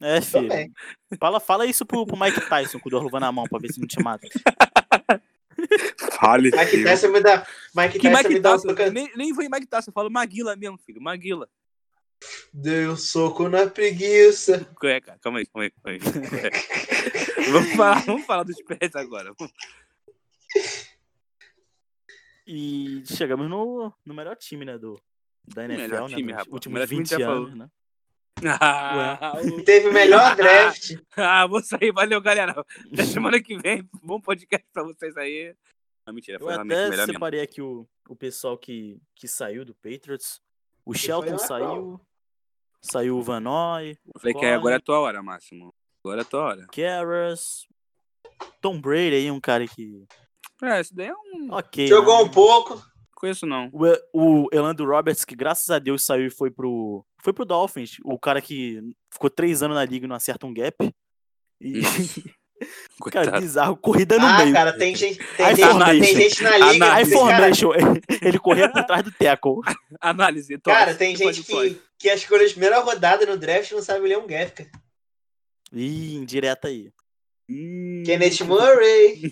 Speaker 2: É, filho.
Speaker 1: bem.
Speaker 2: Fala, fala isso pro, pro Mike Tyson com o Dorluva na mão pra ver se não te mata.
Speaker 3: Fale,
Speaker 1: Mike Tyson me dá. Mike
Speaker 3: Que
Speaker 1: Tyson me
Speaker 3: Mike
Speaker 1: dá um
Speaker 3: Tyson?
Speaker 1: soco.
Speaker 3: Nem, nem vou em Mike Tyson, eu falo Maguila mesmo, filho, Maguila.
Speaker 1: Dei um soco na preguiça.
Speaker 3: É, cara, calma aí, calma aí, calma aí. vamos, falar, vamos falar dos pets agora.
Speaker 2: E chegamos no, no melhor time, né? Do, da NFL,
Speaker 3: melhor
Speaker 2: né?
Speaker 3: time,
Speaker 2: dos
Speaker 3: rapaz.
Speaker 2: últimos
Speaker 3: Melhor time
Speaker 2: 20
Speaker 3: já falou.
Speaker 2: anos, né?
Speaker 3: Ah, o-
Speaker 1: Teve o melhor draft.
Speaker 3: ah, vou sair, valeu, galera. Até semana que vem, bom podcast pra vocês aí. Não, mentira,
Speaker 2: Eu
Speaker 3: foi realmente o
Speaker 2: até
Speaker 3: melhor mesmo.
Speaker 2: separei aqui o, o pessoal que, que saiu do Patriots. O
Speaker 1: foi
Speaker 2: Shelton
Speaker 1: lá,
Speaker 2: saiu. Saiu o Vanoy,
Speaker 3: Eu falei que aí
Speaker 1: né?
Speaker 3: agora é a tua hora, Máximo. Agora é a tua hora.
Speaker 2: Karras. Tom Brady aí, um cara que.
Speaker 3: É, isso daí eu não
Speaker 2: Ok. né?
Speaker 1: Jogou um pouco.
Speaker 3: conheço, não.
Speaker 2: O, E- o Elando Roberts, que graças a Deus saiu e foi pro, foi pro Dolphins. O cara que ficou três anos na liga e não acerta um gap. E, cara,
Speaker 3: Coitado.
Speaker 2: bizarro. Corrida Tá no
Speaker 1: Ah,
Speaker 2: meio.
Speaker 1: cara, tem gente, tem
Speaker 2: Aí
Speaker 1: gente,
Speaker 2: formation.
Speaker 1: tem gente na
Speaker 3: Ah,
Speaker 1: liga.
Speaker 3: na-
Speaker 2: Aí
Speaker 1: que, cara,
Speaker 2: formation. Ele corria por trás do tackle.
Speaker 3: Análise, é Tom.
Speaker 1: cara, tem
Speaker 3: Pode,
Speaker 1: gente
Speaker 3: pode.
Speaker 1: que, que as escolha de primeira rodada no draft não sabe ler um gap, cara.
Speaker 2: Ih, indireta aí.
Speaker 3: Hum.
Speaker 1: Kenneth Murray.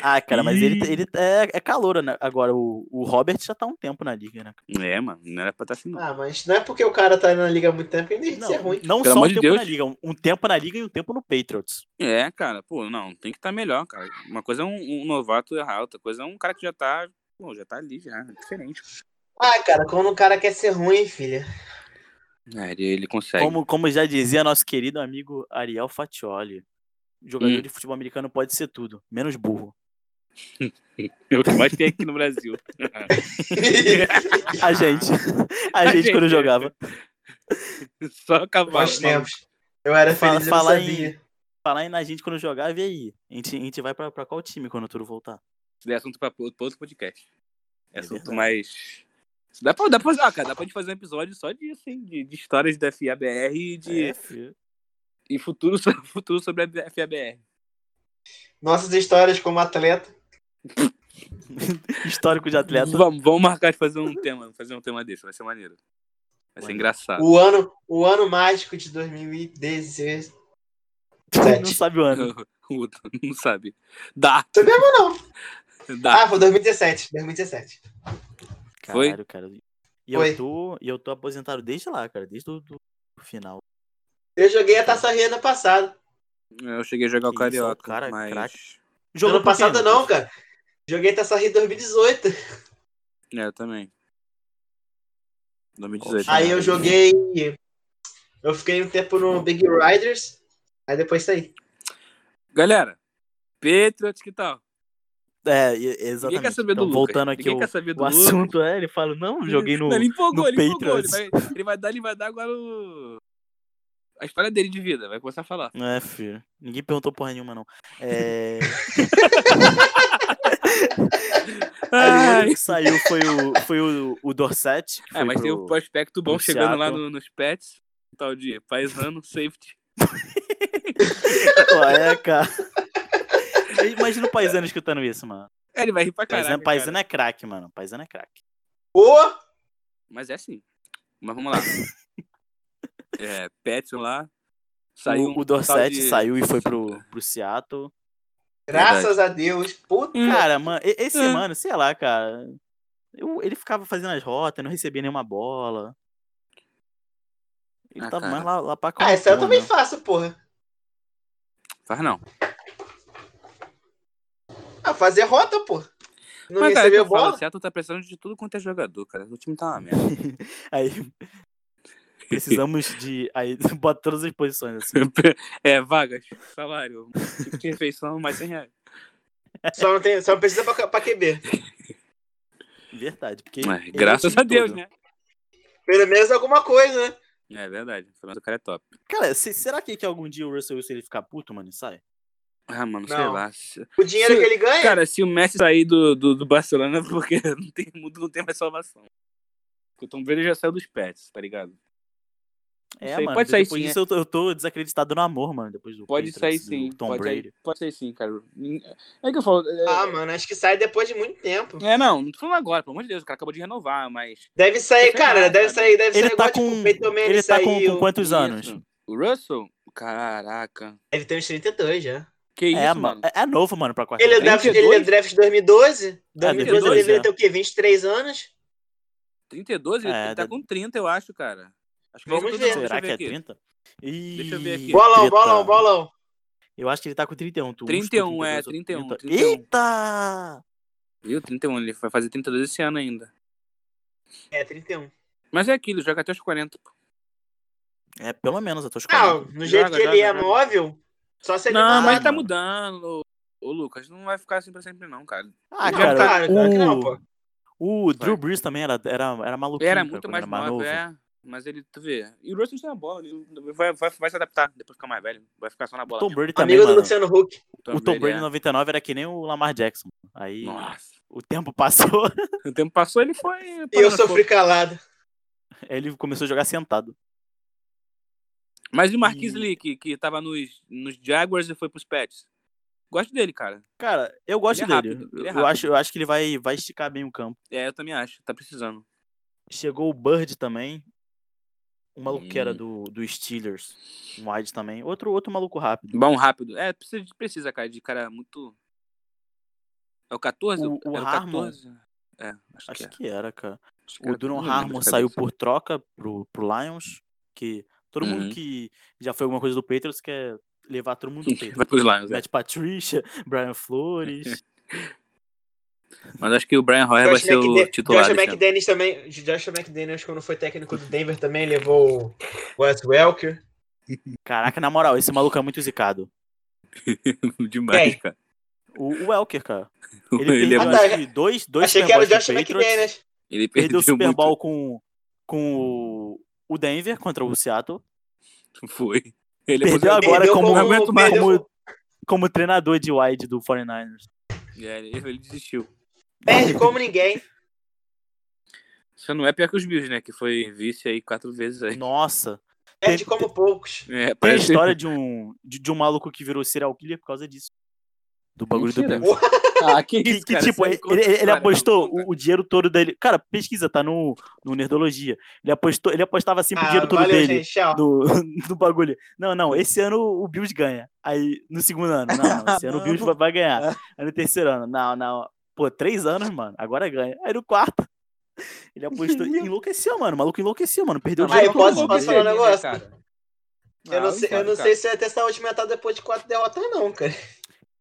Speaker 2: Ah, cara, mas ele, ele é, é calouro, né? Agora, o, o Robert já tá há um tempo na liga, né?
Speaker 3: É, mano, não era pra estar assim, não.
Speaker 1: Ah, mas não é porque o cara tá na liga há muito tempo que ele
Speaker 2: Não,
Speaker 1: é ruim.
Speaker 2: não
Speaker 3: Pelo
Speaker 2: só um
Speaker 3: amor de
Speaker 2: tempo
Speaker 3: Deus.
Speaker 2: na liga. um- Um tempo na liga e um tempo no Patriots.
Speaker 3: É, cara, pô, não, tem que estar melhor, cara. Uma coisa é um, um novato errar, outra coisa é um cara que já tá, pô, já tá ali, já, é diferente.
Speaker 1: Ah, cara, quando o cara quer ser ruim, filha.
Speaker 3: É, ele, ele consegue.
Speaker 2: Como, como já dizia nosso querido amigo Ariel Faccioli, jogador
Speaker 3: Hum.
Speaker 2: de futebol americano pode ser tudo, menos burro.
Speaker 3: É o que mais tem aqui no Brasil.
Speaker 2: É, A gente. A, gente, quando
Speaker 3: gente.
Speaker 2: jogava.
Speaker 3: Só cavalo.
Speaker 1: Bons tempos. Eu era
Speaker 2: Fala-
Speaker 1: feliz e não
Speaker 2: fala em-
Speaker 1: sabia.
Speaker 2: Falar na gente quando jogava, e aí? A gente, a gente vai pra, pra qual time quando tudo voltar?
Speaker 3: Isso daí é assunto pra, pra outro podcast. É
Speaker 2: É
Speaker 3: assunto
Speaker 2: verdade.
Speaker 3: mais. Isso dá pra, dá pra, ah, cara, dá pra gente fazer um episódio só disso, hein? De, de histórias da FABR e, de,
Speaker 2: É, filho.
Speaker 3: e futuro, so- futuro sobre a FABR.
Speaker 1: Nossas histórias como atleta.
Speaker 2: Histórico de atleta.
Speaker 3: Vamos, vamos marcar de fazer um tema, fazer um tema desse, vai ser maneiro. Vai ser
Speaker 2: Maneiro.
Speaker 3: engraçado.
Speaker 1: O ano, o ano mágico de 2017.
Speaker 2: Não sabe o ano.
Speaker 3: O Oda não sabe. Dá.
Speaker 1: Tô mesmo não.
Speaker 3: Dá.
Speaker 1: Ah, foi 2017. 2017.
Speaker 3: Foi?
Speaker 2: Caralho, cara. E
Speaker 1: Foi.
Speaker 2: eu tô, e eu tô aposentado desde lá, cara, desde o do final.
Speaker 1: Eu joguei a Taça Rio ano passado.
Speaker 3: Eu cheguei a jogar o
Speaker 2: Que isso,
Speaker 3: Carioca,
Speaker 2: é cara,
Speaker 3: mas...
Speaker 2: craque.
Speaker 1: ano passado não, cara. Joguei Taça Rio 2018.
Speaker 3: É, eu também. 2018.
Speaker 1: Aí
Speaker 3: né?
Speaker 1: eu joguei. Eu fiquei um tempo no Big Riders. Aí depois saí.
Speaker 3: Galera, Patriots, que tal?
Speaker 2: É, e-
Speaker 3: Ninguém
Speaker 2: exatamente.
Speaker 3: quer saber do
Speaker 2: Então,
Speaker 3: Lucas.
Speaker 2: voltando aqui
Speaker 3: Ninguém
Speaker 2: o,
Speaker 3: quer saber do
Speaker 2: o
Speaker 3: Lucas.
Speaker 2: assunto, é, ele fala, não, joguei no
Speaker 3: Não, ele empolgou,
Speaker 2: no
Speaker 3: ele empolgou. Ele
Speaker 2: Patriots.
Speaker 3: vai, ele vai dar, ele vai dar agora o... A história dele de vida, vai começar a falar.
Speaker 2: É, filho. Ninguém perguntou porra nenhuma, não. É... aí o
Speaker 3: Ai.
Speaker 2: único que saiu foi o, foi o, o Dorset. que
Speaker 3: É,
Speaker 2: foi
Speaker 3: mas tem
Speaker 2: pro-
Speaker 3: um prospecto bom
Speaker 2: pro
Speaker 3: chegando lá
Speaker 2: Seattle.
Speaker 3: no- nos pets. Tal de paisano, safety.
Speaker 2: Pô, é, cara. Imagina o paisano escutando isso, mano.
Speaker 3: É, ele vai rir pra
Speaker 2: Paisano,
Speaker 3: caralho.
Speaker 2: paisano é craque, mano. Paisano é craque.
Speaker 1: Ô!
Speaker 3: Mas é assim. Mas vamos lá. é, pets lá. Saiu
Speaker 2: O, o
Speaker 3: um tal
Speaker 2: Dorset
Speaker 3: de-
Speaker 2: saiu e foi pro, pro Seattle.
Speaker 1: graças a Deus. Puta.
Speaker 2: Cara, mano, e- esse
Speaker 3: Hum.
Speaker 2: mano, sei lá, cara. eu- ele ficava fazendo as rotas, não recebia nenhuma bola. Ele
Speaker 3: Ah,
Speaker 2: tava
Speaker 3: cara.
Speaker 2: mais lá, lá pra
Speaker 1: Ah, essa eu
Speaker 2: Cancún,
Speaker 1: também
Speaker 2: né?
Speaker 1: faço, porra.
Speaker 3: Faz não.
Speaker 1: Ah, fazer rota, porra. Não
Speaker 3: Mas, cara, é que
Speaker 1: recebeu
Speaker 3: eu falo, o
Speaker 1: bola?
Speaker 3: Seattle tá precisando de tudo quanto é jogador, cara. O time tá uma merda.
Speaker 2: Aí precisamos de. Aí bota todas as posições assim.
Speaker 3: é, vagas, salário, tipo de refeição, mais 100 reais.
Speaker 1: Só, não tem, só precisa pra, pra QB.
Speaker 2: Verdade. Porque
Speaker 3: É,
Speaker 2: ele é o
Speaker 3: graças
Speaker 2: time
Speaker 3: a Deus,
Speaker 2: todo.
Speaker 3: né?
Speaker 1: Pelo menos alguma coisa, né?
Speaker 3: É verdade. Pelo menos o cara é top.
Speaker 2: Cara, se- será que, que algum dia o Russell Wilson ele ficar puto, mano, e sai?
Speaker 3: Ah, mano, sei
Speaker 1: Não. É.
Speaker 3: lá. se-
Speaker 1: O dinheiro
Speaker 3: Sim.
Speaker 1: que ele ganha.
Speaker 3: Cara, se o Messi sair do, do, do Barcelona, é porque não tem mundo, não tem mais salvação. Porque o Tom Brady já saiu dos pets, tá ligado?
Speaker 2: É,
Speaker 3: sei,
Speaker 2: mano.
Speaker 3: pode
Speaker 2: de-
Speaker 3: sair
Speaker 2: depois
Speaker 3: sim,
Speaker 2: disso eu, tô, eu tô desacreditado no amor, mano. Depois do
Speaker 3: Pode sair
Speaker 2: Patriots, do
Speaker 3: sim.
Speaker 2: Tom
Speaker 3: pode,
Speaker 2: Brady.
Speaker 3: sair, pode sair sim, cara. É que eu falo. É,
Speaker 1: Ah, mano, acho que sai depois de muito tempo.
Speaker 2: Ah.
Speaker 3: é, não, não tô falando agora, pelo amor de Deus, o cara acabou de renovar, mas.
Speaker 1: Deve sair,
Speaker 3: Sei
Speaker 1: cara,
Speaker 3: lá,
Speaker 1: deve
Speaker 3: cara.
Speaker 1: sair, deve
Speaker 2: É Ele
Speaker 1: sair
Speaker 2: tá
Speaker 1: igual, tipo,
Speaker 2: com-
Speaker 1: o Peyton Manning
Speaker 2: Ele tá com, com
Speaker 1: saiu.
Speaker 2: quantos
Speaker 3: Isso.
Speaker 2: anos?
Speaker 3: O Russell? Caraca.
Speaker 1: Deve ter uns 32 já.
Speaker 3: Que isso,
Speaker 2: É, mano.
Speaker 3: mano.
Speaker 2: É, é novo, mano, pra quarta.
Speaker 1: Ele é
Speaker 2: temporada.
Speaker 1: draft, ele é
Speaker 3: 32?
Speaker 1: draft de
Speaker 2: Ah,
Speaker 1: 2012? 2012 ele
Speaker 2: 2012,
Speaker 1: deveria
Speaker 2: é.
Speaker 1: ter o quê? 23 anos?
Speaker 3: 32? Ele
Speaker 2: É,
Speaker 3: ele tá
Speaker 2: deve-
Speaker 3: com 30, eu acho, cara. Acho que
Speaker 1: Vamos
Speaker 3: ele-
Speaker 1: ver.
Speaker 3: deixa eu
Speaker 2: Será que é
Speaker 3: aqui.
Speaker 2: 30? Ih,
Speaker 3: Deixa eu ver aqui.
Speaker 1: Bolão,
Speaker 2: treta.
Speaker 1: bolão, bolão.
Speaker 2: Eu acho que ele tá com 31. Tu
Speaker 3: 31, é,
Speaker 2: 32 ou
Speaker 3: 31,
Speaker 2: 30. um. Eita!
Speaker 3: Viu? 31, ele vai fazer 32 esse ano ainda.
Speaker 1: É, 31.
Speaker 3: Mas é aquilo, joga até os 40. pô.
Speaker 2: É, pelo menos, eu tô
Speaker 1: Não,
Speaker 2: escolhendo.
Speaker 1: no jeito
Speaker 3: Joga,
Speaker 1: que ele
Speaker 3: joga,
Speaker 1: é
Speaker 3: joga.
Speaker 1: móvel, só se ele
Speaker 3: Não,
Speaker 1: não,
Speaker 3: mas tá
Speaker 2: mano.
Speaker 3: mudando. Ô, ô, Lucas, não vai ficar assim pra sempre, não, cara.
Speaker 2: Ah,
Speaker 1: não,
Speaker 2: cara,
Speaker 1: claro,
Speaker 2: o...
Speaker 1: claro que não, pô.
Speaker 2: o Drew Brees também era, era, era maluquinho.
Speaker 3: Era
Speaker 2: cara,
Speaker 3: muito
Speaker 2: quando
Speaker 3: mais
Speaker 2: era
Speaker 3: novo, é. Mas ele, tu vê. E o Russell tem a bola, ele vai, vai, vai se adaptar, depois ficar mais velho. Vai ficar só na
Speaker 2: O
Speaker 3: bola.
Speaker 2: Tom Brady também,
Speaker 1: Amigo do
Speaker 2: mano.
Speaker 1: Luciano Huck.
Speaker 3: Tom
Speaker 2: O Tom Brady
Speaker 3: é.
Speaker 2: em 99 era que nem o Lamar Jackson. Aí
Speaker 3: Nossa.
Speaker 2: o tempo passou,
Speaker 3: O tempo passou, ele foi.
Speaker 1: E eu sofri calado.
Speaker 2: ele começou a jogar sentado.
Speaker 3: Mas e o Marquis
Speaker 2: E-
Speaker 3: Lee, que, que tava nos, nos Jaguars e foi pros Pets? Gosto dele, cara.
Speaker 2: Cara, eu gosto
Speaker 3: Ele é
Speaker 2: dele.
Speaker 3: rápido, ele é
Speaker 2: eu, acho, eu acho que ele vai, vai esticar bem o campo.
Speaker 3: É, eu também acho, tá precisando.
Speaker 2: Chegou o Bird também. Um maluco que era
Speaker 3: Hum.
Speaker 2: do, do Steelers. Um wide também. Outro, outro maluco rápido.
Speaker 3: Bom, rápido. É, precisa, precisa cara, de cara muito. É o 14?
Speaker 2: O- o
Speaker 3: é
Speaker 2: Harmon?
Speaker 3: 14? É, acho, que
Speaker 2: Acho
Speaker 3: é.
Speaker 2: que era, cara.
Speaker 3: Acho que
Speaker 2: O
Speaker 3: era.
Speaker 2: Duron
Speaker 3: Não lembro
Speaker 2: Harmon
Speaker 3: de cabeça.
Speaker 2: saiu por troca pro, pro Lions. Que todo mundo
Speaker 3: Uhum.
Speaker 2: que já foi alguma coisa do Patriots quer levar todo mundo do Patriots.
Speaker 3: Vai pros Lions, é.
Speaker 2: Matt Patricia, Brian Flores.
Speaker 3: Mas acho que o Brian Hoyer vai
Speaker 1: Josh
Speaker 3: ser o
Speaker 1: McDa-
Speaker 3: titular.
Speaker 1: Josh
Speaker 3: desse ano.
Speaker 1: McDaniels também. Josh McDaniels, quando foi técnico do Denver, também levou o Wes Welker.
Speaker 2: Caraca, na moral, esse maluco é muito zicado.
Speaker 3: Demais,
Speaker 1: Quem?
Speaker 3: cara.
Speaker 2: O, o Welker, cara. Ele,
Speaker 3: Ele,
Speaker 2: perdeu
Speaker 1: é mais-
Speaker 2: acho que dois, dois
Speaker 1: Achei que
Speaker 2: Super
Speaker 1: era o
Speaker 2: Bowls
Speaker 1: Josh né?
Speaker 2: pro Patriots.
Speaker 1: McDaniels.
Speaker 3: ele
Speaker 2: Perdeu
Speaker 3: perdeu
Speaker 2: o Super
Speaker 3: muito.
Speaker 2: Bowl com, com o- o Denver contra o Seattle.
Speaker 3: Foi. Ele
Speaker 2: Perdeu
Speaker 3: aposentou.
Speaker 2: agora
Speaker 1: Perdeu
Speaker 2: como,
Speaker 3: como-
Speaker 2: como,
Speaker 1: perdeu
Speaker 2: como, treinador de wide do 49ers.
Speaker 3: É, ele, ele desistiu.
Speaker 1: Perde como ninguém.
Speaker 3: Isso não é pior que os Bills, né? Que foi vice aí quatro vezes aí.
Speaker 2: Nossa.
Speaker 1: Perde
Speaker 2: Tem-
Speaker 1: como poucos.
Speaker 3: É,
Speaker 2: Tem a
Speaker 3: parece-
Speaker 2: história de um, de, de um maluco que virou serial killer por causa disso. do bagulho
Speaker 3: Mentira.
Speaker 2: do Benfica.
Speaker 3: Ah, que
Speaker 2: Que,
Speaker 3: isso,
Speaker 2: que,
Speaker 3: cara,
Speaker 2: tipo,
Speaker 3: isso
Speaker 2: ele,
Speaker 3: aí conta
Speaker 2: ele- ele
Speaker 3: história,
Speaker 2: apostou um-
Speaker 3: não conta.
Speaker 2: o, o dinheiro todo dele. Cara, pesquisa, tá no, no Nerdologia. Ele apostou, ele apostava sempre o dinheiro todo
Speaker 1: Ah, valeu,
Speaker 2: dele.
Speaker 1: gente. Tchau.
Speaker 2: do, do bagulho. Não, não, esse ano o Bills ganha. Aí, no segundo ano, não, não, esse ano o Bills vai- vai ganhar. Aí no terceiro ano, não, não. Pô, três anos, mano, agora ganha. Aí no quarto, ele apostou, enlouqueceu, mano, o maluco enlouqueceu, mano, perdeu o
Speaker 1: Mas
Speaker 2: dinheiro
Speaker 1: eu posso-
Speaker 2: todo.
Speaker 1: posso falar um
Speaker 5: Né,
Speaker 1: negócio?
Speaker 5: cara?
Speaker 1: Eu não,
Speaker 5: Ah,
Speaker 1: sei, eu
Speaker 3: então,
Speaker 5: pode,
Speaker 1: não
Speaker 5: cara.
Speaker 1: sei se eu ia testar a última etapa depois de quatro derrotas, não, cara.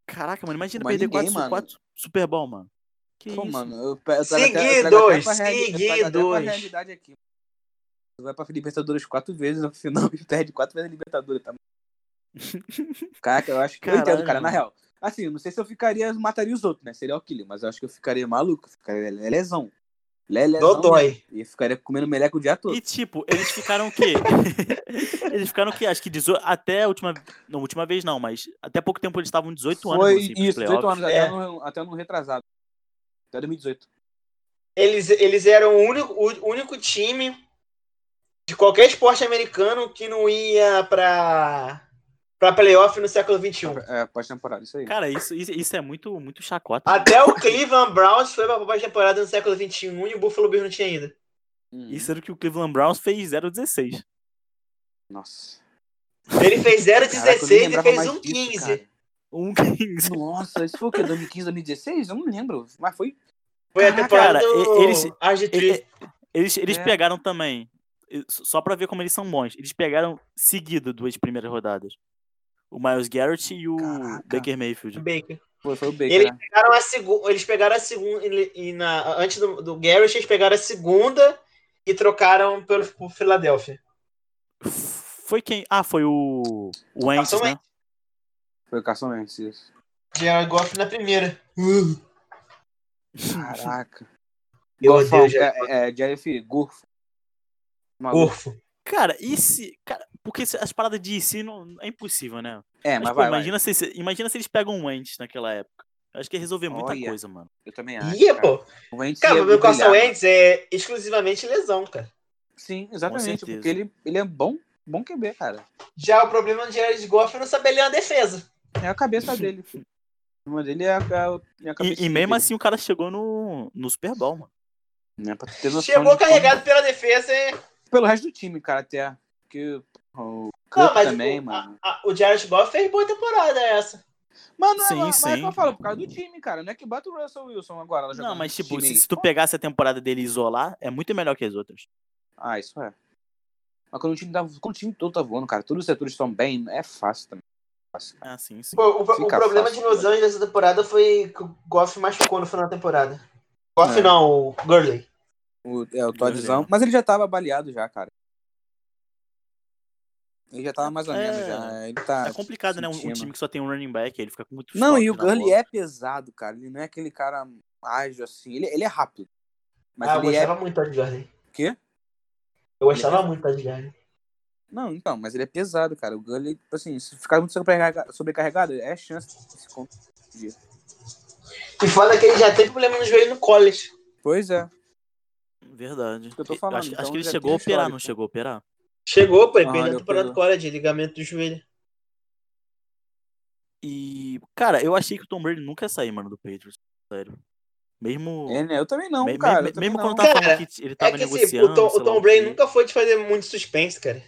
Speaker 2: Caraca, mano, imagina
Speaker 3: Mas
Speaker 2: perder
Speaker 3: ninguém,
Speaker 2: quatro,
Speaker 3: mano.
Speaker 2: quatro Super Bowl, mano. Que
Speaker 3: Pô,
Speaker 2: isso?
Speaker 3: mano, eu pe- eu trago até- eu trago até
Speaker 1: Seguidos,
Speaker 3: pra reali- eu trago até pra
Speaker 1: seguidos.
Speaker 3: realidade aqui. Tu vai pra Libertadores quatro vezes no final e perde quatro vezes a Libertadores. Tá... Caraca, eu acho que eu
Speaker 2: Caralho,
Speaker 3: entendo, cara, na
Speaker 2: mano.
Speaker 3: real. Assim, eu não sei se eu ficaria, mataria os outros, né? Seria o killer, mas eu acho que eu ficaria maluco, eu ficaria lelezão.
Speaker 5: É,
Speaker 3: Lelezão.
Speaker 1: Dodói.
Speaker 3: mesmo. E eu ficaria comendo meleca o dia todo.
Speaker 2: E tipo, eles ficaram o quê? eles ficaram o quê? Acho que 18, até a última. Não, última vez não, mas até pouco tempo eles estavam 18 anos.
Speaker 3: Foi
Speaker 2: assim, pros
Speaker 3: isso, 18
Speaker 2: playoffs.
Speaker 3: anos,
Speaker 1: É.
Speaker 3: até, no, até no retrasado. Até 2018.
Speaker 1: Eles, eles eram o único, o único time de qualquer esporte americano que não ia pra, pra playoff no século um. XXI.
Speaker 3: É, pós-temporada, isso aí.
Speaker 2: Cara, isso, isso, isso é muito, muito chacota.
Speaker 3: Ah,
Speaker 2: mano.
Speaker 1: Até o Cleveland Browns foi pra pós-temporada no século XXI e o Buffalo Bills não tinha ainda.
Speaker 3: Hum,
Speaker 2: Isso era o que o Cleveland Browns fez 0,16.
Speaker 3: Nossa.
Speaker 1: Ele fez
Speaker 3: Caraca, eu nem
Speaker 1: 0,16 e
Speaker 3: lembrava
Speaker 1: fez
Speaker 3: mais disso,
Speaker 1: 1,15.
Speaker 3: cara.
Speaker 2: Um 15.
Speaker 3: Nossa, isso foi o quê? 2015, 2016? Eu não lembro. Mas foi.
Speaker 1: Foi a
Speaker 2: Caraca,
Speaker 1: temporada
Speaker 2: cara,
Speaker 1: do
Speaker 2: e- eles-
Speaker 1: RG3.
Speaker 2: E- e- Eles, eles
Speaker 3: É.
Speaker 2: pegaram também, e- só pra ver como eles são bons, eles pegaram seguido duas primeiras rodadas. O Miles Garrett e o
Speaker 3: Caraca.
Speaker 2: Baker Mayfield.
Speaker 1: Baker.
Speaker 3: Foi, foi o Baker.
Speaker 1: Ele-
Speaker 3: né?
Speaker 1: Pegaram a segu... Eles pegaram a segunda. ele- e na- Antes do, do Garrett, eles pegaram a segunda e trocaram pelo por Philadelphia.
Speaker 2: Foi quem? Ah, foi o, o Wentz,
Speaker 1: Carson
Speaker 2: né?
Speaker 3: Foi o Carson Wentz, isso.
Speaker 1: Gerald Goff na primeira.
Speaker 3: Uhum. Caraca.
Speaker 1: Meu
Speaker 3: Golfão,
Speaker 1: Deus, Gerald
Speaker 3: é, é, Jeff Gorfo. Maluco.
Speaker 1: Goff.
Speaker 2: Cara, e se... Cara, porque se- as paradas de si não, é impossível, né?
Speaker 3: É,
Speaker 2: Mas,
Speaker 3: mas
Speaker 2: pô,
Speaker 3: vai, vai.
Speaker 2: imagina, Se, se- imagina se eles pegam o Wentz naquela época. Eu acho que ia resolver muita
Speaker 3: Olha.
Speaker 2: coisa, mano.
Speaker 3: Eu também acho.
Speaker 1: Ih,
Speaker 3: né?
Speaker 1: é,
Speaker 3: cara.
Speaker 1: pô.
Speaker 3: O Wentz
Speaker 1: Cara,
Speaker 3: ia
Speaker 1: o meu Carson
Speaker 3: brilhar.
Speaker 1: Wentz é exclusivamente lesão, cara.
Speaker 3: Sim, exatamente.
Speaker 2: certeza.
Speaker 3: Porque ele, ele é bom, bom QB, cara.
Speaker 1: Já o problema do Gerald Goff é não saber ler uma defesa.
Speaker 3: É a cabeça dele. O problema dele é a, é a cabeça
Speaker 2: E, e mesmo assim o cara chegou no, no Super Bowl, mano.
Speaker 3: Né, pra ter noção
Speaker 1: Chegou
Speaker 3: de como-
Speaker 1: carregado pela defesa e
Speaker 3: Pelo resto do time, cara, até. Porque o
Speaker 1: Não,
Speaker 3: Cup
Speaker 1: mas
Speaker 3: também,
Speaker 1: o,
Speaker 3: mano.
Speaker 1: a- a- o Jared Goff fez boa temporada essa.
Speaker 3: Mano,
Speaker 2: Sim,
Speaker 3: é, mas é o
Speaker 2: sim.
Speaker 3: que eu falo, por causa do time, cara. Não é que bota o Russell Wilson agora. ela
Speaker 2: Não,
Speaker 3: jogando
Speaker 2: mas
Speaker 3: nesse
Speaker 2: tipo,
Speaker 3: time
Speaker 2: se,
Speaker 3: aí.
Speaker 2: se tu pegasse a temporada dele e isolar, é muito melhor que as outras.
Speaker 3: Ah, isso é. Mas quando o time, tá, quando o time todo tá voando, cara, todos os setores estão bem, é fácil também. Fácil.
Speaker 2: Ah, sim, sim.
Speaker 1: Pô, o, o
Speaker 3: Fica
Speaker 1: problema
Speaker 3: fácil,
Speaker 1: de Los
Speaker 3: né?
Speaker 1: Angeles dessa temporada foi que o Goff machucou no final da temporada. Goff
Speaker 3: É.
Speaker 1: não, o Gurley.
Speaker 3: O, é, o
Speaker 2: Todd
Speaker 3: Todzão.
Speaker 2: Zão.
Speaker 3: Mas ele já tava baleado já, cara. Ele já tava mais ou menos
Speaker 2: É.
Speaker 3: já. Ele tá.
Speaker 2: É complicado, né? Um, um
Speaker 3: sentindo.
Speaker 2: time que só tem um running back, ele fica com muito
Speaker 3: Não,
Speaker 2: choque
Speaker 3: e o
Speaker 2: na
Speaker 3: Gurley
Speaker 2: bola.
Speaker 3: é pesado, cara. Ele não é aquele cara ágil assim. Ele, ele é rápido. Mas
Speaker 1: ah, eu
Speaker 3: ele é.
Speaker 1: gostava muito do Todd Gurley.
Speaker 3: Quê? é
Speaker 1: Eu gostava muito do Todd Gurley.
Speaker 3: Não, então, mas ele é pesado, cara. O Gurley, tipo assim, se ficar muito sobrecarrega- sobrecarregado, é chance de se con-
Speaker 1: E foda que ele já teve problema no joelho no college.
Speaker 3: Pois é.
Speaker 2: Verdade.
Speaker 3: que eu tô falando,
Speaker 2: acho, acho
Speaker 3: então
Speaker 2: que ele
Speaker 3: já
Speaker 2: chegou
Speaker 3: tem
Speaker 2: a operar, não
Speaker 3: histórico.
Speaker 2: chegou a operar?
Speaker 1: Chegou, pô, ele
Speaker 3: Ah,
Speaker 1: perdeu a
Speaker 3: ele
Speaker 1: temporada do
Speaker 3: operou.
Speaker 1: college, ligamento do joelho.
Speaker 2: E, cara, eu achei que o Tom Brady nunca ia sair, mano, do Patriots. Sério. Mesmo.
Speaker 3: É, né? Eu também não,
Speaker 2: me- me-
Speaker 3: cara.
Speaker 2: me-
Speaker 3: eu também
Speaker 2: mesmo
Speaker 3: não.
Speaker 2: quando tava
Speaker 1: Cara,
Speaker 2: falando que ele tava
Speaker 1: é que assim,
Speaker 2: negociando.
Speaker 1: o Tom, o
Speaker 2: sei lá
Speaker 1: Tom
Speaker 2: o
Speaker 1: Brady
Speaker 2: quê.
Speaker 1: nunca foi de fazer muito suspense, cara.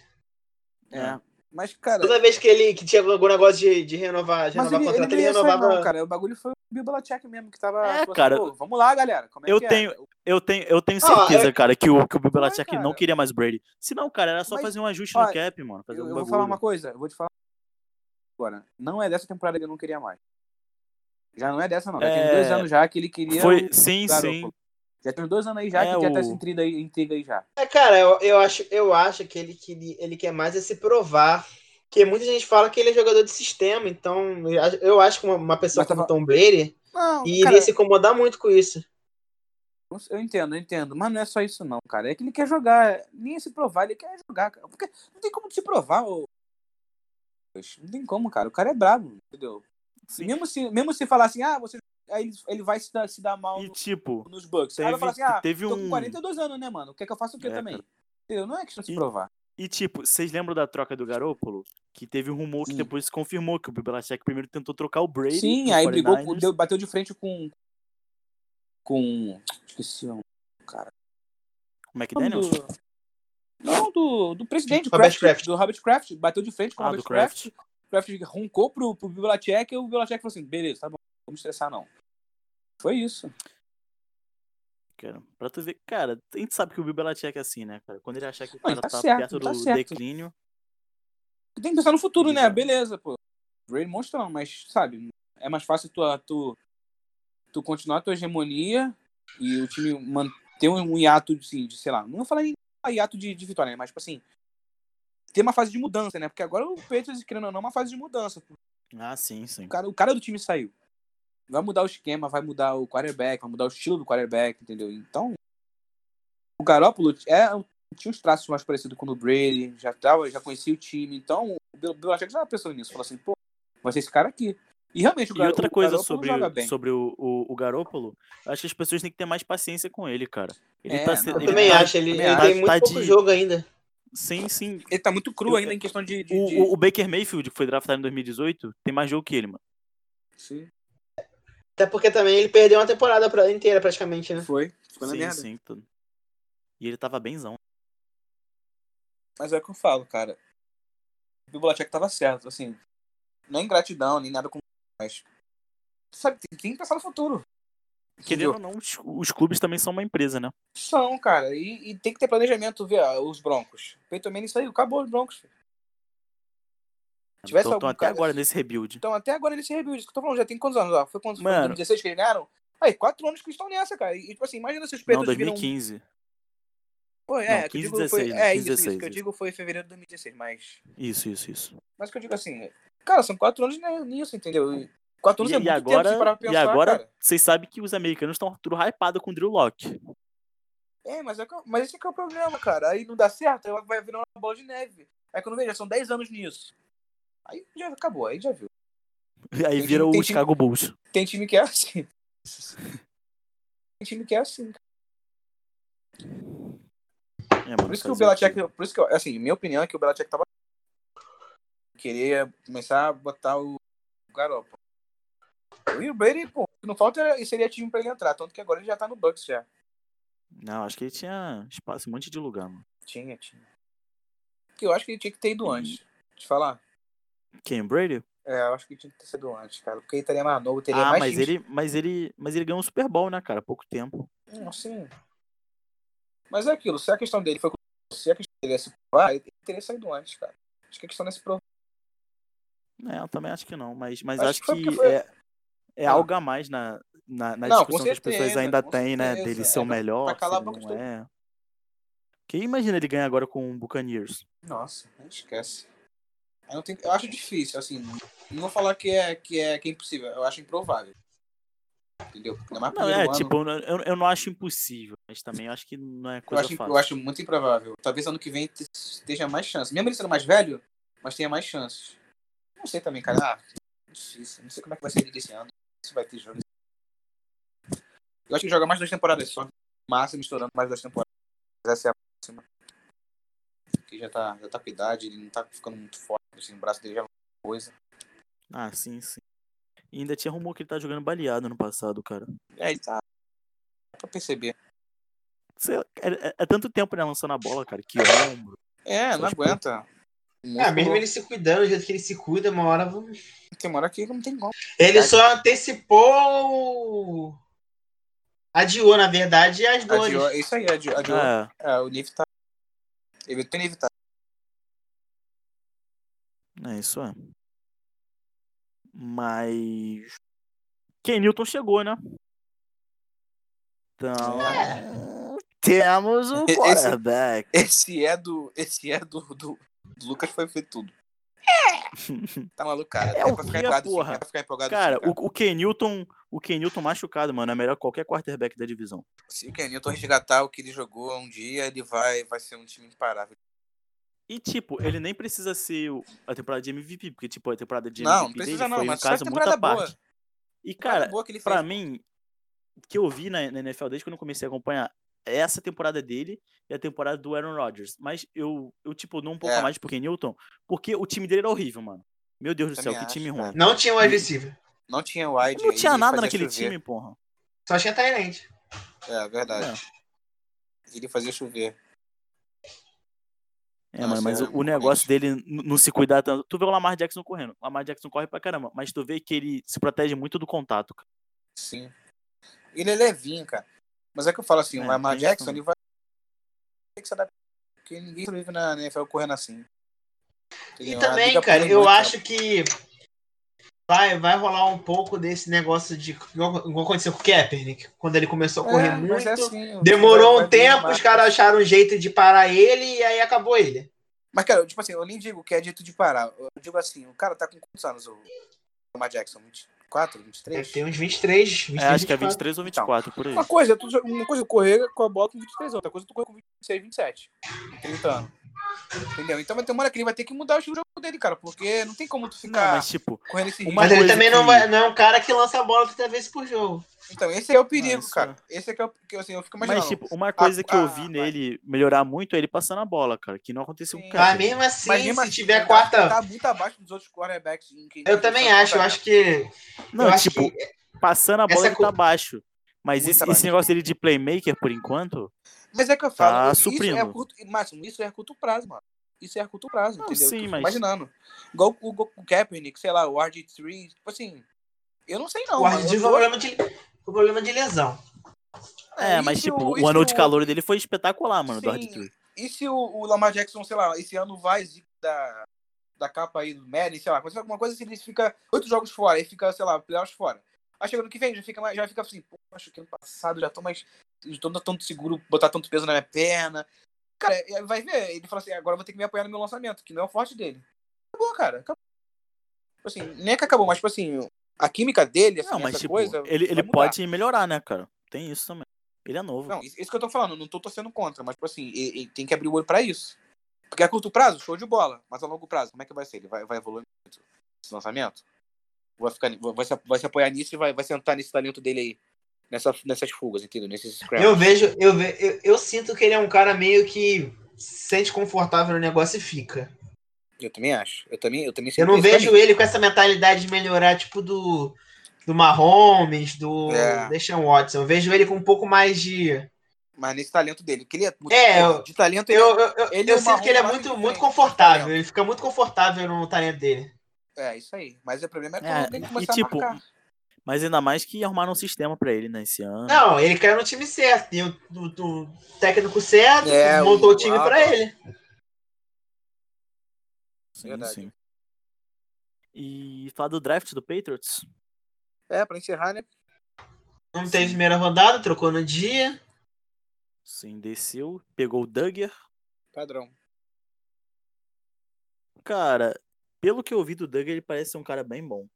Speaker 3: É. Mas, cara.
Speaker 1: Toda vez que ele que tinha algum negócio de, de renovar, de
Speaker 3: Mas
Speaker 1: renovar
Speaker 3: ele, ele
Speaker 1: contrato,
Speaker 3: não
Speaker 1: ele,
Speaker 3: ia sair,
Speaker 1: renovava.
Speaker 3: não, cara. O bagulho foi o Bill Belichick mesmo que tava.
Speaker 2: É,
Speaker 3: tipo assim,
Speaker 2: cara.
Speaker 3: Pô, vamos lá, galera. Como é
Speaker 2: Eu
Speaker 3: que é?
Speaker 2: tenho- Eu tenho, eu tenho
Speaker 1: Não,
Speaker 2: certeza, cara, que o, que o Bill
Speaker 3: Ah, Não, é,
Speaker 2: Belichick não
Speaker 3: cara.
Speaker 2: queria mais o Brady. Se não, cara, era só
Speaker 3: Mas,
Speaker 2: fazer um ajuste
Speaker 3: ó,
Speaker 2: no cap, mano. Fazer
Speaker 3: Eu,
Speaker 2: um
Speaker 3: eu vou
Speaker 2: bagulho.
Speaker 3: falar uma coisa, eu vou te falar agora. Não é dessa temporada que eu não queria mais. Já não é dessa, não. Já
Speaker 2: É.
Speaker 3: tem dois anos já que ele queria.
Speaker 2: Foi,
Speaker 3: o
Speaker 2: sim, sim.
Speaker 3: Garoppolo. Já tem uns dois anos aí já
Speaker 2: É,
Speaker 3: que já tá
Speaker 2: o-
Speaker 3: essa intriga aí, intriga aí já.
Speaker 1: É, cara, eu, eu acho, eu acho que ele, que ele quer mais é se provar. Porque muita gente fala que ele é jogador de sistema, então eu acho- eu acho que uma, uma pessoa
Speaker 3: Mas tá
Speaker 1: como Tom Brady
Speaker 3: Não,
Speaker 1: iria
Speaker 3: cara,
Speaker 1: se incomodar muito com isso.
Speaker 3: não sei, eu entendo, eu entendo. Mas não é só isso, não, cara. É que ele quer jogar. Nem é se provar, ele quer jogar, cara. Porque não tem como te provar, ô. Não tem como, cara. O cara é brabo, entendeu?
Speaker 2: Sim.
Speaker 3: Mesmo, se, mesmo se falar assim, ah, você. Aí ele, ele vai se dar, se dar mal
Speaker 2: E
Speaker 3: no-
Speaker 2: tipo,
Speaker 3: nos Bucks. Aí
Speaker 2: teve,
Speaker 3: vai falar assim, ah,
Speaker 2: teve
Speaker 3: Tô com
Speaker 2: um.
Speaker 3: 42 anos, né, mano? Quer que eu faça o quê
Speaker 2: É,
Speaker 3: também?
Speaker 2: cara.
Speaker 3: Entendeu? Não é questão de se
Speaker 2: E-
Speaker 3: provar.
Speaker 2: E, tipo, vocês lembram da troca do Garoppolo? Que teve um rumor que
Speaker 3: Sim.
Speaker 2: depois se confirmou que o Bill Belichick primeiro tentou trocar o Brady.
Speaker 3: Sim,
Speaker 2: pro
Speaker 3: aí brigou, com-
Speaker 2: 49ers.
Speaker 3: deu- bateu de frente com. Com. Esqueci o nome
Speaker 2: né, O McDaniels?
Speaker 3: do- Não, do, do presidente,
Speaker 1: Robert
Speaker 3: Kraft,
Speaker 1: Kraft.
Speaker 3: Do Robert Kraft. Bateu de frente com o
Speaker 2: Ah,
Speaker 3: Robert
Speaker 2: do Kraft.
Speaker 3: Kraft. O Kraft roncou pro, pro Bill Belichick e o Bill Belichick falou assim: beleza, tá bom, não vamos estressar não. Foi isso.
Speaker 2: Cara, pra tu ver, cara, a gente sabe que o Bill Belichick é assim, né, cara? Quando ele achar que o
Speaker 3: Mas
Speaker 2: cara
Speaker 3: tá
Speaker 2: tá,
Speaker 3: certo,
Speaker 2: perto
Speaker 3: tá
Speaker 2: do
Speaker 3: certo.
Speaker 2: declínio,
Speaker 3: Tem que pensar no futuro, né?
Speaker 2: Exato.
Speaker 3: Beleza, pô. Brady monstrão, mas, sabe, é mais fácil tu, tu, tu continuar a tua hegemonia e o time manter um hiato assim, de, sei lá, não vou falar em hiato de, de vitória, né? Mas, tipo assim, ter uma fase de mudança, né? Porque agora o Patriots, querendo ou não, é uma fase de mudança.
Speaker 2: ah, sim, sim.
Speaker 3: O cara, o cara do time saiu. Vai mudar o esquema, vai mudar o quarterback, vai mudar o estilo do quarterback, entendeu? Então, o Garoppolo é, tinha uns traços mais parecidos com o do Brady, já, tava, já conhecia o time. Então, o Bill Belichick já estava pensando nisso. Falou assim, pô, vai ser esse cara aqui. E realmente, o,
Speaker 2: E
Speaker 3: Gar
Speaker 2: outra
Speaker 3: o
Speaker 2: coisa
Speaker 3: Garoppolo
Speaker 2: sobre,
Speaker 3: joga
Speaker 2: o-
Speaker 3: bem.
Speaker 2: sobre o, o, o Garópolo, acho que as pessoas têm que ter mais paciência com ele, cara. Ele
Speaker 3: É,
Speaker 2: tá
Speaker 3: não,
Speaker 2: se-
Speaker 1: Eu
Speaker 2: ele
Speaker 1: também
Speaker 2: tá-
Speaker 1: acho, ele,
Speaker 3: também
Speaker 1: ele
Speaker 2: acho.
Speaker 1: tem muito
Speaker 2: Tá
Speaker 1: pouco
Speaker 2: de-
Speaker 1: jogo ainda.
Speaker 2: Sim, sim.
Speaker 5: Ele tá muito cru
Speaker 2: Eu- é
Speaker 5: ainda em questão de. de,
Speaker 2: O,
Speaker 5: de-
Speaker 2: o- o Baker Mayfield, que foi draftado em 2018, tem mais jogo que ele, mano.
Speaker 3: Sim,
Speaker 1: Até porque também ele perdeu uma temporada pra- inteira, praticamente, né?
Speaker 3: Foi. Ficou na
Speaker 2: Sim,
Speaker 3: merda.
Speaker 2: sim. tudo. E ele tava benzão.
Speaker 3: Mas é o que eu falo, cara. O Bill Belichick tava certo, assim. Não é ingratidão, nem nada com... Mas, sabe, tem, tem que pensar no futuro.
Speaker 2: Querendo ou não, os, os clubes também são uma empresa, né?
Speaker 3: São, cara. E, e tem que ter planejamento, ver ó, os Broncos. Peyton Manning saiu, acabou os Broncos. filho. Tivesse
Speaker 2: Então,
Speaker 3: algum
Speaker 2: tão até
Speaker 3: cara-
Speaker 2: agora nesse rebuild.
Speaker 3: Então até agora eles se rebuildam. Isso que eu tô falando, já tem quantos anos? Ó? Foi quantos? Foi
Speaker 2: Mano.
Speaker 3: 2016 que eles ganharam? Aí, quatro anos que eles estão nessa, cara. E tipo assim, imagina se os
Speaker 2: Não,
Speaker 3: Patriots viram...
Speaker 2: 2015.
Speaker 3: Pô, é,
Speaker 2: Não,
Speaker 3: que eu
Speaker 2: 15,
Speaker 3: digo foi...
Speaker 2: 16,
Speaker 3: é
Speaker 2: 15,
Speaker 3: isso, isso. que eu
Speaker 2: 16.
Speaker 3: digo foi em fevereiro de 2016, mas...
Speaker 2: Isso, isso, isso.
Speaker 3: Mas o que eu digo assim, cara, são quatro anos né, nisso, entendeu? E Quatro anos
Speaker 2: E,
Speaker 3: é
Speaker 2: e
Speaker 3: muito
Speaker 2: agora,
Speaker 3: tempo de parar pra
Speaker 2: e
Speaker 3: pensar,
Speaker 2: agora
Speaker 3: cara.
Speaker 2: vocês sabem que os americanos estão tudo hypado com o Drew Lock.
Speaker 3: É, mas, é que eu- mas esse que é o problema, cara. Aí não dá certo, aí vai virar uma bola de neve. Aí quando veja, são 10 anos nisso. Aí já acabou, aí já viu.
Speaker 2: Aí
Speaker 3: Tem
Speaker 2: vira
Speaker 3: time- tem
Speaker 2: o
Speaker 3: time-
Speaker 2: Chicago Bulls.
Speaker 3: Tem time que é assim. Tem time que é assim. cara.
Speaker 2: É, mano,
Speaker 3: Por isso que o
Speaker 2: fazer
Speaker 3: Belichick,
Speaker 2: quê?
Speaker 3: por isso que, eu- assim, minha opinião é que o Belichick tava queria começar a botar o Garoppolo. E o Brady, pô, o que não falta era- seria time pra ele entrar, tanto que agora ele já tá no Bucks já. é-
Speaker 2: Não, acho que ele tinha espaço, um monte de lugar, mano.
Speaker 3: Tinha, tinha. Que eu acho que ele tinha que ter ido
Speaker 2: Hum.
Speaker 3: antes. Te falar.
Speaker 2: Quem, o Brady?
Speaker 3: É, eu acho que tinha que ter sido antes, cara. Porque ele estaria mais novo, teria
Speaker 2: ah,
Speaker 3: mais
Speaker 2: mas
Speaker 3: times.
Speaker 2: ele, mas ele, mas ele ganhou um Super Bowl, né, cara? Há pouco tempo.
Speaker 3: Hum, assim. Mas é aquilo, se a questão dele foi com- se a questão dele ia se provar, ele teria saído antes, cara. Acho que a questão desse provar.
Speaker 2: É, eu também acho que não, mas, mas
Speaker 3: Acho
Speaker 2: acho
Speaker 3: que foi
Speaker 2: que,
Speaker 3: porque foi-
Speaker 2: é, é
Speaker 3: Ah.
Speaker 2: algo a mais na, na, na
Speaker 3: Não,
Speaker 2: discussão
Speaker 3: com
Speaker 2: que as pessoas
Speaker 3: certeza,
Speaker 2: ainda
Speaker 3: com
Speaker 2: têm, né?
Speaker 3: certeza.
Speaker 2: Dele
Speaker 3: É,
Speaker 2: ser o
Speaker 3: pra-
Speaker 2: melhor,
Speaker 3: pra
Speaker 2: se
Speaker 3: calar a
Speaker 2: ele
Speaker 3: boca de
Speaker 2: não
Speaker 3: todo
Speaker 2: é. Que imagina ele ganhar agora com o Buccaneers.
Speaker 3: Nossa, nem esquece. Eu, não tenho- eu acho difícil, assim. Não vou falar que é, que é, que é impossível, eu acho improvável. Entendeu? Ainda mais
Speaker 2: Não,
Speaker 3: Ah, primeiro
Speaker 2: é,
Speaker 3: ano,
Speaker 2: tipo, eu, não- eu não acho impossível, mas também eu acho que não é
Speaker 3: eu
Speaker 2: coisa
Speaker 3: acho,
Speaker 2: fácil.
Speaker 3: eu acho muito improvável. Talvez ano que vem te- esteja mais chance. Mesmo ele sendo mais velho, mas tenha mais chances. Não sei também, cara. Ah, difícil. Não sei como é que vai ser liga esse ano. Se vai ter jogo. Eu acho que joga mais duas temporadas só. Massa misturando mais duas temporadas. Essa é a próxima. Que já tá, já tá com idade, ele não tá ficando muito forte. Assim, o braço dele já é uma coisa.
Speaker 2: Ah, sim, sim. E ainda tinha rumor que ele tá jogando baleado no passado, cara.
Speaker 3: É, ele tá. Dá pra perceber.
Speaker 2: Sei lá, é, é- é tanto tempo, né, lançando a bola, cara, que ombro.
Speaker 3: É, não
Speaker 2: Acho que- É,
Speaker 3: aguenta.
Speaker 1: Ah, mesmo ele se cuidando, do jeito que ele se cuida, uma hora.
Speaker 3: Tem uma hora que não tem como.
Speaker 1: Ele só antecipou. Adiou, na verdade, as dores.
Speaker 3: Adiou, é isso aí, adiou. adiou.
Speaker 2: Ah,
Speaker 3: É, o nível tá. Ele tem nível tá.
Speaker 2: é, isso é. Mas... Ken Newton chegou, né? Então... Temos o
Speaker 3: É. Esse-
Speaker 2: quarterback.
Speaker 3: Esse é do. Esse é do. do, do Lucas foi feito tudo. Tá maluco, cara.
Speaker 2: É
Speaker 3: É,
Speaker 2: o
Speaker 3: pra
Speaker 2: Ria,
Speaker 3: ficar empolgado, sim,
Speaker 2: porra.
Speaker 3: é pra ficar empolgado.
Speaker 2: Cara,
Speaker 3: sim,
Speaker 2: o, o Ken Newton... O Ken Newton machucado, mano, é melhor que qualquer quarterback da divisão.
Speaker 3: Se o Kenilton resgatar o que ele jogou um dia, ele vai, vai ser um time imparável.
Speaker 2: E, tipo, ele nem precisa ser o- a temporada de MVP, porque, tipo, a temporada de MVP
Speaker 3: Não, não precisa
Speaker 2: dele
Speaker 3: não,
Speaker 2: foi um
Speaker 3: mas só
Speaker 2: caso
Speaker 3: a
Speaker 2: muito à
Speaker 3: temporada boa.
Speaker 2: parte. E, cara,
Speaker 3: boa que ele fez.
Speaker 2: pra mim, o que eu vi na, na NFL desde que eu não comecei a acompanhar, é essa temporada dele e a temporada do Aaron Rodgers. Mas eu, eu tipo, não um pouco
Speaker 3: É.
Speaker 2: a mais porque Newton, porque o time dele era horrível, mano. Meu Deus do céu,
Speaker 3: Também
Speaker 2: que
Speaker 3: acho, né?
Speaker 2: time
Speaker 3: cara.
Speaker 2: ruim.
Speaker 1: Não tinha wide receiver.
Speaker 3: Não tinha wide.
Speaker 2: Não
Speaker 3: aí
Speaker 2: tinha
Speaker 3: ele
Speaker 2: nada
Speaker 3: fazia
Speaker 2: naquele
Speaker 3: chover.
Speaker 2: time, porra.
Speaker 1: Só tinha Tyrant.
Speaker 3: É, verdade. Ele fazia
Speaker 2: É,
Speaker 3: chover. Nossa, é
Speaker 2: mano, mas
Speaker 3: era
Speaker 2: o- o
Speaker 3: muito
Speaker 2: negócio dele n- não se cuidar tanto. Tu vê o Lamar Jackson correndo. O Lamar Jackson corre pra caramba, mas tu vê que ele se protege muito do contato. cara.
Speaker 3: Sim. Ele é levinho, cara. Mas é que eu falo assim,
Speaker 2: É,
Speaker 3: o Lamar
Speaker 2: tem isso
Speaker 3: Jackson,
Speaker 2: também.
Speaker 3: ele vai ter que se adaptar. Porque ninguém sobrevive na NFL correndo assim.
Speaker 1: E
Speaker 3: Entendeu? A
Speaker 1: também,
Speaker 3: liga
Speaker 1: cara,
Speaker 3: pula
Speaker 1: eu
Speaker 3: muito,
Speaker 1: acho que vai, vai rolar um pouco desse negócio de igual igual aconteceu com o Kaepernick, quando ele começou a
Speaker 3: cara.
Speaker 1: correr
Speaker 3: É,
Speaker 1: muito.
Speaker 3: mas é assim, o
Speaker 1: Demorou um
Speaker 3: time vai- vai ganhar
Speaker 1: tempo, os
Speaker 3: marca.
Speaker 1: caras acharam um jeito de parar ele e aí acabou ele.
Speaker 3: Mas, cara, eu, tipo assim, eu nem digo que é dito de parar. Eu digo assim, o cara tá com quantos anos, o Lamar Jackson? 24, 23?
Speaker 1: Deve ter É, uns 23, 23
Speaker 2: É, acho
Speaker 3: Então,
Speaker 2: que é
Speaker 1: 24.
Speaker 2: 23 ou 24, por aí.
Speaker 5: Uma coisa, é tu, jo- uma coisa é correr com a bola com 23 anos, outra coisa é tu correr com 26, 27, 30 anos.
Speaker 3: Entendeu? Então vai ter uma hora que ele vai ter que mudar o estilo de jogo dele, cara, porque não tem como tu
Speaker 2: Não,
Speaker 3: ficar
Speaker 2: mas tipo,
Speaker 3: correndo esse risco.
Speaker 2: uma
Speaker 1: Mas ele
Speaker 2: coisa
Speaker 1: também não,
Speaker 2: que-
Speaker 1: vai- não é um cara que lança a bola 30 vezes por jogo.
Speaker 3: Então, esse é o perigo,
Speaker 2: Ah, isso
Speaker 3: cara. Esse é que eu, que, assim, eu fico
Speaker 2: mas,
Speaker 3: imaginando.
Speaker 2: tipo, uma coisa que eu vi
Speaker 3: ah,
Speaker 2: nele melhorar muito é ele passando a bola, cara, que não aconteceu com o
Speaker 3: É, Sim.
Speaker 2: cara.
Speaker 1: Mas mesmo assim,
Speaker 3: Mas mesmo
Speaker 1: se
Speaker 3: assim,
Speaker 1: tiver
Speaker 3: eu
Speaker 1: quarta.
Speaker 3: acho que Tá muito abaixo dos outros quarterbacks. em que- tá
Speaker 1: Eu também
Speaker 3: que-
Speaker 1: acho, eu acho que.
Speaker 2: Não,
Speaker 1: eu acho
Speaker 2: tipo,
Speaker 1: que
Speaker 2: passando a bola
Speaker 1: essa
Speaker 2: ele
Speaker 1: co-
Speaker 2: tá baixo. Mas
Speaker 3: Muito
Speaker 2: esse,
Speaker 3: abaixo.
Speaker 2: esse negócio dele de playmaker, por enquanto,
Speaker 3: Mas é que eu falo,
Speaker 2: Tá
Speaker 3: isso
Speaker 2: suprindo.
Speaker 3: é curto, máximo, isso é curto prazo, mano. Isso é curto prazo,
Speaker 2: Não,
Speaker 3: entendeu?
Speaker 2: sim,
Speaker 3: Eu fico
Speaker 2: mas-
Speaker 3: Imaginando. Igual o, o, o Kaepernick, sei lá, o RG3, tipo assim, eu não sei não,
Speaker 1: o
Speaker 3: mano.
Speaker 1: Arnold
Speaker 3: Eu
Speaker 1: teve
Speaker 3: tô-
Speaker 1: problema de, o problema de lesão.
Speaker 2: é,
Speaker 3: e
Speaker 2: mas
Speaker 3: se
Speaker 2: tipo,
Speaker 3: e
Speaker 2: o
Speaker 3: se
Speaker 2: ano de calor dele foi espetacular, mano, do
Speaker 3: Sim.
Speaker 2: Hard
Speaker 3: E se o, o Lamar Jackson, sei lá, esse ano vai zica da, da capa aí do Madden, sei lá, acontece alguma coisa assim, ele fica oito jogos fora, aí fica, sei lá, playoffs fora. Aí chega no que vem, já fica, mais- já fica assim, poxa, que ano passado já tô mais. Já tô tanto seguro, botar tanto peso na minha perna. Cara, e aí vai ver, ele fala assim, agora eu vou ter que me apoiar no meu lançamento, que não é o forte dele. Acabou, cara, acabou. Tipo Assim, nem é que acabou, mas tipo assim, a química dele, assim,
Speaker 2: Não, mas
Speaker 3: essa
Speaker 2: tipo,
Speaker 3: coisa.
Speaker 2: ele,
Speaker 3: vai
Speaker 2: ele
Speaker 3: mudar.
Speaker 2: pode melhorar, né, cara? Tem isso também. Ele é novo.
Speaker 3: Não, isso isso que eu tô falando, eu não tô torcendo contra, mas, tipo assim, e- e tem que abrir o olho pra isso. Porque a curto prazo, show de bola. Mas a longo prazo, como é que vai ser? Ele vai, vai evoluir muito esse lançamento? Vai, ficar, vai, se, vai se apoiar nisso e vai, vai sentar nesse talento dele aí. Nessa, nessas fugas, entendeu? Nesses scraps.
Speaker 1: Eu vejo, eu, ve- eu, eu sinto que ele é um cara meio que se sente confortável no negócio e fica.
Speaker 3: Eu também acho. Eu também, eu também
Speaker 1: Eu
Speaker 3: sinto
Speaker 1: não
Speaker 3: isso pra
Speaker 1: vejo
Speaker 3: mim.
Speaker 1: ele com essa mentalidade de melhorar, tipo, do, do Mahomes, do
Speaker 3: É.
Speaker 1: Deshaun Watson. Eu vejo ele com um pouco mais de.
Speaker 3: Mas nesse talento dele. Que ele é muito
Speaker 1: É, eu-
Speaker 3: de talento ele
Speaker 1: Eu, eu, eu,
Speaker 3: Ele
Speaker 1: eu
Speaker 3: é o
Speaker 1: sinto que ele é
Speaker 3: Mahomes
Speaker 1: muito,
Speaker 3: mais
Speaker 1: muito
Speaker 3: diferente,
Speaker 1: confortável.
Speaker 3: talento.
Speaker 1: Ele fica muito confortável no talento dele.
Speaker 3: é. É isso aí. Mas o problema é quando
Speaker 2: É,
Speaker 3: alguém
Speaker 2: e
Speaker 3: começar
Speaker 2: tipo,
Speaker 3: a marcar.
Speaker 2: Mas ainda mais que arrumaram um sistema pra ele, né, esse
Speaker 3: Hum.
Speaker 2: ano.
Speaker 1: Não, ele caiu no time certo. Tem o, o- o técnico certo,
Speaker 3: É,
Speaker 1: montou
Speaker 3: o
Speaker 1: o time pra
Speaker 3: Alba.
Speaker 1: ele.
Speaker 2: sim,
Speaker 3: verdade.
Speaker 2: sim. E falar do draft do Patriots?
Speaker 3: É, pra encerrar, né?
Speaker 1: Não teve primeira rodada, trocou no dia.
Speaker 2: Sim, desceu, pegou o Duggar.
Speaker 3: Padrão.
Speaker 2: Cara, pelo que eu vi do Duggar, ele parece ser um cara bem bom.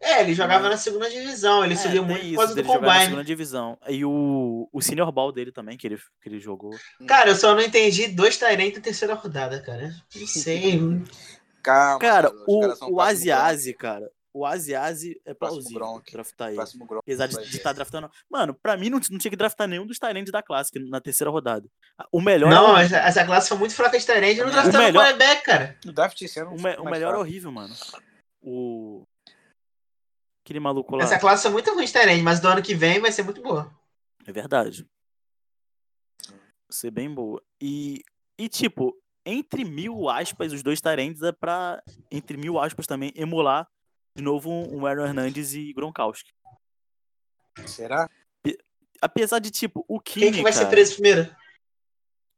Speaker 1: É, ele jogava
Speaker 3: Hum.
Speaker 2: Mas-
Speaker 1: na segunda divisão, ele
Speaker 2: É,
Speaker 1: subiu
Speaker 2: tem
Speaker 1: muito por
Speaker 2: isso,
Speaker 1: causa do
Speaker 2: dele jogar na
Speaker 1: combine.
Speaker 2: segunda divisão. E o, o senior ball dele também, que ele, que ele jogou.
Speaker 1: Cara, eu só não entendi dois Tyrant na terceira rodada, cara. Não sei.
Speaker 3: Calma.
Speaker 2: Cara,
Speaker 3: os
Speaker 2: o,
Speaker 3: caras são
Speaker 2: o
Speaker 3: próximo
Speaker 2: Azi
Speaker 3: Gronk,
Speaker 2: Azi, cara, o Azi Azi é plausível
Speaker 3: Gronk,
Speaker 2: draftar ele.
Speaker 3: Próximo Gronk.
Speaker 2: Apesar de
Speaker 3: vai ver.
Speaker 2: estar draftando. Mano, pra mim não, não tinha que draftar nenhum dos Tyrants da classe na terceira rodada. O melhor. é
Speaker 1: Não,
Speaker 2: horrível.
Speaker 1: essa, essa classe foi muito fraca de Tyrant. Eu não
Speaker 3: O
Speaker 1: draftaram o
Speaker 2: É melhor-
Speaker 1: quarterback, cara.
Speaker 3: O draft esse ano
Speaker 2: O,
Speaker 3: foi
Speaker 2: me- o
Speaker 3: mais
Speaker 2: melhor é
Speaker 3: fraco.
Speaker 2: horrível, mano. O. Aquele maluco lá.
Speaker 1: Essa é classe foi muito ruim de Tyrant, mas do ano que vem vai ser muito boa.
Speaker 2: É verdade. Ser bem boa. E, e tipo, entre mil aspas, os dois Tyrants é pra, entre mil aspas também, emular de novo um um Aaron Hernandes e Gronkowski.
Speaker 3: Será?
Speaker 2: Apesar de, tipo, o Kine,
Speaker 1: Quem é que vai
Speaker 2: cara...
Speaker 1: ser preso primeiro?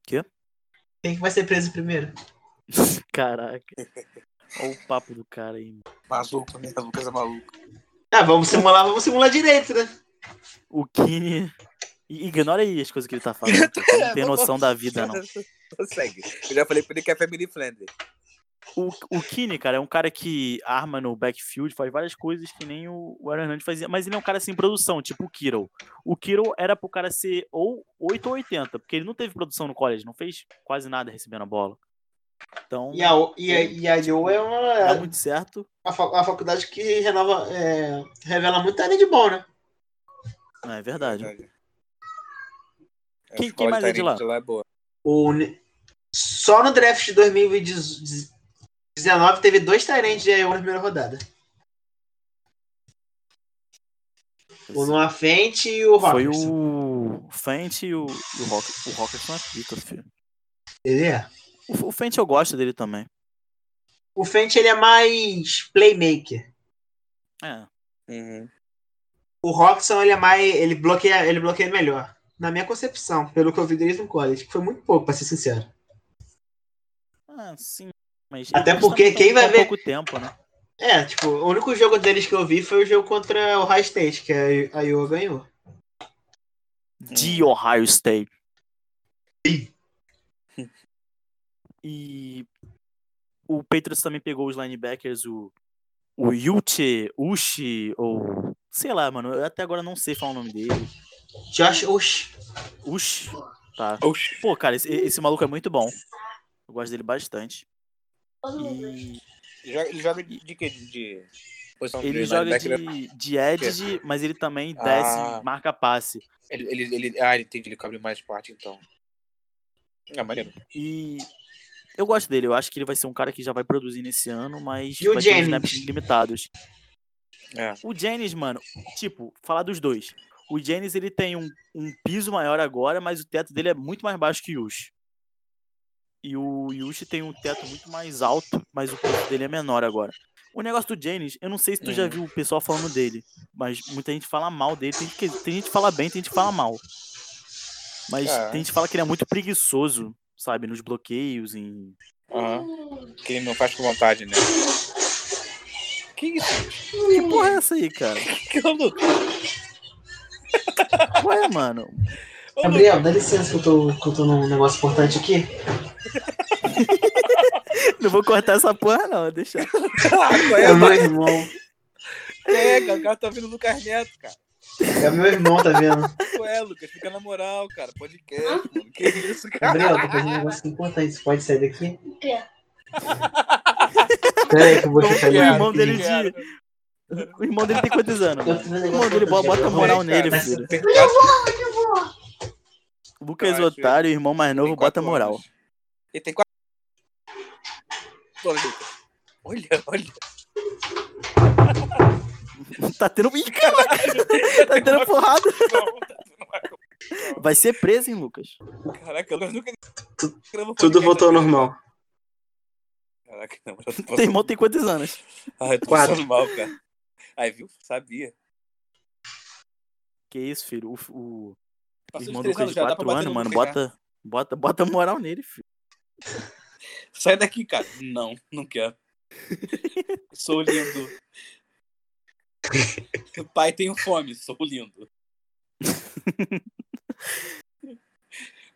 Speaker 2: Quê?
Speaker 1: Quem é que vai ser preso primeiro?
Speaker 2: Caraca. Olha o papo do cara aí.
Speaker 3: Maluco, né? Lucas é maluco.
Speaker 1: Ah, vamos simular, vamos simular direito, né?
Speaker 2: O Kine... I- Ignora aí as coisas que ele tá falando. porque
Speaker 3: É,
Speaker 2: ele Não tem noção da vida, não.
Speaker 3: Consegue. Eu já falei pra ele que é family friendly.
Speaker 2: O, o Kine, cara, é um cara que arma no backfield, faz várias coisas que nem o, o Aaron Hernandes fazia, mas ele é um cara sem produção, tipo o Kittle. O Kittle era pro cara ser ou 8 ou 80, porque ele não teve produção no college, não fez quase nada recebendo a bola. Então,
Speaker 1: E a, e a, e a Yo é
Speaker 2: dá
Speaker 1: uma,
Speaker 2: muito certo.
Speaker 1: a, fa- a faculdade que renova, é, revela muito talento de bom, né?
Speaker 2: É verdade.
Speaker 3: A
Speaker 2: Quem-
Speaker 3: escola
Speaker 2: quem mais é de
Speaker 3: Tyrande
Speaker 2: lá?
Speaker 3: Então, é boa.
Speaker 1: O, só no draft de 2019 teve dois Tyrants de A1 na primeira rodada. O Noah Fent e o
Speaker 2: Foi
Speaker 1: Rockers.
Speaker 2: o Fent e o, e o Rock. O Rockers não é pica, filho.
Speaker 1: Ele é.
Speaker 2: O, o Fent eu gosto dele também.
Speaker 1: O Fent ele é mais playmaker.
Speaker 2: É.
Speaker 3: Uhum.
Speaker 1: O Rockson ele é mais. ele bloqueia, ele bloqueia melhor. Na minha concepção, pelo que eu vi deles no college, que foi muito pouco, pra ser sincero.
Speaker 2: Ah, sim. Mas
Speaker 1: Até
Speaker 2: eles
Speaker 1: porque
Speaker 2: também tão
Speaker 1: quem vai
Speaker 2: com
Speaker 1: ver-
Speaker 2: pouco tempo, né?
Speaker 1: É, tipo, o único jogo deles que eu vi foi o jogo contra o High State, que a a Iowa ganhou.
Speaker 2: De Ohio State. E o Patriots também pegou os linebackers, o, o Yuchi, Uchi, ou sei lá, mano. Eu até agora não sei falar o nome dele.
Speaker 1: Josh Ush.
Speaker 2: Uchi. Tá.
Speaker 3: Oxi.
Speaker 2: Pô, cara, esse, esse maluco é muito bom. Eu gosto dele bastante. E
Speaker 3: Joga- Ele joga de, de quê? De, de posição de
Speaker 2: ele joga
Speaker 3: linebacker, né?
Speaker 2: de, de edge, mas ele também
Speaker 3: Ah.
Speaker 2: desce e marca passe.
Speaker 3: Ele, ele, ele- Ah, ele entende, ele cobre mais parte, então. Ah, maneiro.
Speaker 2: E eu gosto dele. Eu acho que ele vai ser um cara que já vai produzir nesse ano, mas
Speaker 1: E o
Speaker 2: vai ter uns
Speaker 1: Jennings?
Speaker 2: snaps limitados.
Speaker 3: É.
Speaker 2: O Jennings, mano, tipo, falar dos dois. O Jennings, ele tem um, um piso maior agora, mas o teto dele é muito mais baixo que o Yush. E o Yush tem um teto muito mais alto, mas o piso dele é menor agora. O negócio do Jennings, eu não sei se tu
Speaker 1: É.
Speaker 2: já
Speaker 3: Hum.
Speaker 2: viu o pessoal falando dele, mas muita gente fala mal dele. Tem, que- tem gente que fala bem, tem gente que fala mal. Mas
Speaker 3: É.
Speaker 2: tem gente que fala que ele é muito preguiçoso, sabe? Nos bloqueios, em...
Speaker 3: Aham. Que ele não faz com vontade, né? Que isso?
Speaker 2: Que porra é essa aí, cara?
Speaker 3: Que maluco?
Speaker 2: Ué, é, mano.
Speaker 3: Ô, Lucas,
Speaker 1: Gabriel, dá licença que eu tô, que eu tô num negócio importante aqui.
Speaker 2: Não vou cortar essa porra, não. Deixa.
Speaker 3: Claro,
Speaker 1: É
Speaker 3: é,
Speaker 1: meu irmão.
Speaker 3: pega. O cara tá vindo do Lucas Neto, cara.
Speaker 1: É meu irmão, tá vendo?
Speaker 3: Ué, Lucas, fica na moral, cara. Podcast, mano. Que isso, cara?
Speaker 1: Gabriel, tô fazendo um negócio importante. Você pode sair daqui? Peraí que eu vou
Speaker 2: Como
Speaker 3: tá
Speaker 1: chutar
Speaker 2: que
Speaker 1: ele.
Speaker 2: o
Speaker 1: aqui.
Speaker 2: irmão dele é de. O irmão dele tem quantos anos?
Speaker 1: Eu tô
Speaker 2: Mano?
Speaker 1: fazendo um
Speaker 2: O
Speaker 1: negócio
Speaker 2: irmão dele
Speaker 1: importante,
Speaker 2: bota
Speaker 1: Gabriel.
Speaker 2: a moral nele,
Speaker 1: Mas-
Speaker 2: filho.
Speaker 3: Tem quatro,
Speaker 2: Lucas
Speaker 3: Eu acho-
Speaker 2: Otário, irmão mais novo,
Speaker 3: tem
Speaker 2: bota
Speaker 3: quatro
Speaker 2: a moral.
Speaker 3: anos. Ele tem quatro. Olha, Lucas. Olha, olha.
Speaker 2: Tá tendo. Ih, caraca! Tá tendo porrada.
Speaker 3: Não, tá tendo uma
Speaker 2: Vai ser preso, hein, Lucas?
Speaker 3: Caraca, eu nunca gravou
Speaker 6: Tudo
Speaker 2: um
Speaker 3: podcast
Speaker 6: voltou ao
Speaker 3: na vida.
Speaker 6: normal.
Speaker 3: Caraca, não, eu tô
Speaker 2: Teu irmão tem quantos anos?
Speaker 3: Ah, eu tô
Speaker 6: Quatro.
Speaker 3: passando mal, cara. Aí, viu? Sabia.
Speaker 2: Que isso, filho. O, o
Speaker 3: Passou
Speaker 2: irmão
Speaker 3: de
Speaker 2: do
Speaker 3: três
Speaker 2: Lucas
Speaker 3: anos
Speaker 2: de
Speaker 3: já, dá pra
Speaker 2: 4
Speaker 3: bater
Speaker 2: anos,
Speaker 3: no
Speaker 2: mano,
Speaker 3: Lucas já.
Speaker 2: bota, bota, bota a moral nele, filho.
Speaker 3: Sai daqui, cara. Não, não quero. Sou lindo. Pai, tenho fome. Sou lindo.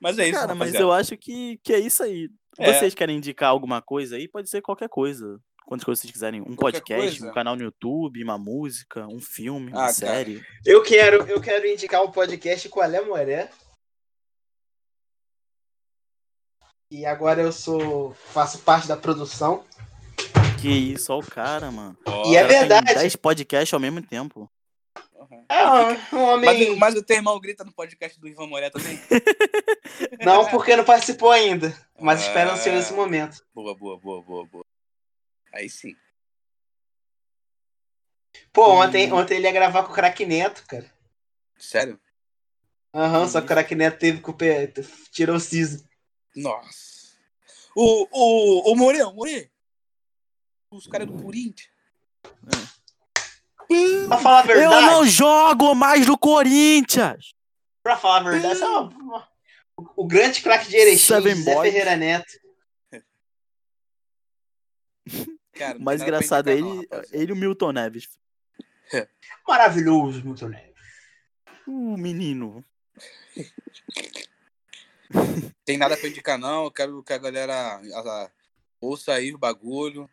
Speaker 3: Mas é isso,
Speaker 2: Cara, mas
Speaker 3: rapaziada.
Speaker 2: eu acho que, que é isso aí.
Speaker 3: É.
Speaker 2: Vocês querem indicar alguma coisa aí? Pode ser qualquer coisa. Quantas coisas vocês quiserem. Um
Speaker 3: Qualquer
Speaker 2: podcast,
Speaker 3: coisa?
Speaker 2: um canal no YouTube, uma música, um filme, uma
Speaker 3: Ah, cara.
Speaker 2: série.
Speaker 1: Eu quero, eu quero indicar o podcast Qual é Moré. E agora eu sou. faço parte da produção.
Speaker 2: Que isso, ó o cara, mano.
Speaker 1: E é
Speaker 2: O cara tem
Speaker 1: verdade.
Speaker 2: 10 podcasts ao mesmo tempo.
Speaker 3: Uhum.
Speaker 1: É
Speaker 2: Ah,
Speaker 1: um, um
Speaker 3: Mas,
Speaker 1: homem.
Speaker 3: mas o teu irmão grita no podcast do Ivan Moré também?
Speaker 1: Não porque não participou ainda. Mas
Speaker 2: É.
Speaker 3: Ah.
Speaker 1: espera ansioso esse momento.
Speaker 3: Boa, boa, boa, boa, boa. Aí sim.
Speaker 1: Pô,
Speaker 2: Hum.
Speaker 1: ontem, ontem ele ia gravar com o Crack Neto, cara.
Speaker 3: Sério?
Speaker 1: Aham, só que o
Speaker 2: Uhum.
Speaker 1: Crack Neto teve que o pé. tirou o siso.
Speaker 3: Nossa. O, o, o Moré, o Moré. Os caras do Corinthians.
Speaker 1: Pra falar a verdade.
Speaker 2: Eu não jogo mais no Corinthians!
Speaker 1: Pra falar a verdade, isso é uma- uma- o grande craque de Erechim,
Speaker 2: Seven
Speaker 1: Zé
Speaker 2: Boys.
Speaker 1: Ferreira Neto.
Speaker 3: Cara,
Speaker 2: O
Speaker 3: não
Speaker 2: mais
Speaker 3: tem nada pra
Speaker 2: engraçado é
Speaker 3: indicar, não,
Speaker 2: ele,
Speaker 3: rapaziada.
Speaker 2: ele e o Milton Neves.
Speaker 1: Maravilhoso, Milton Neves.
Speaker 2: O menino.
Speaker 3: Tem nada pra indicar, não. Eu quero que a galera a- a- ouça aí o bagulho.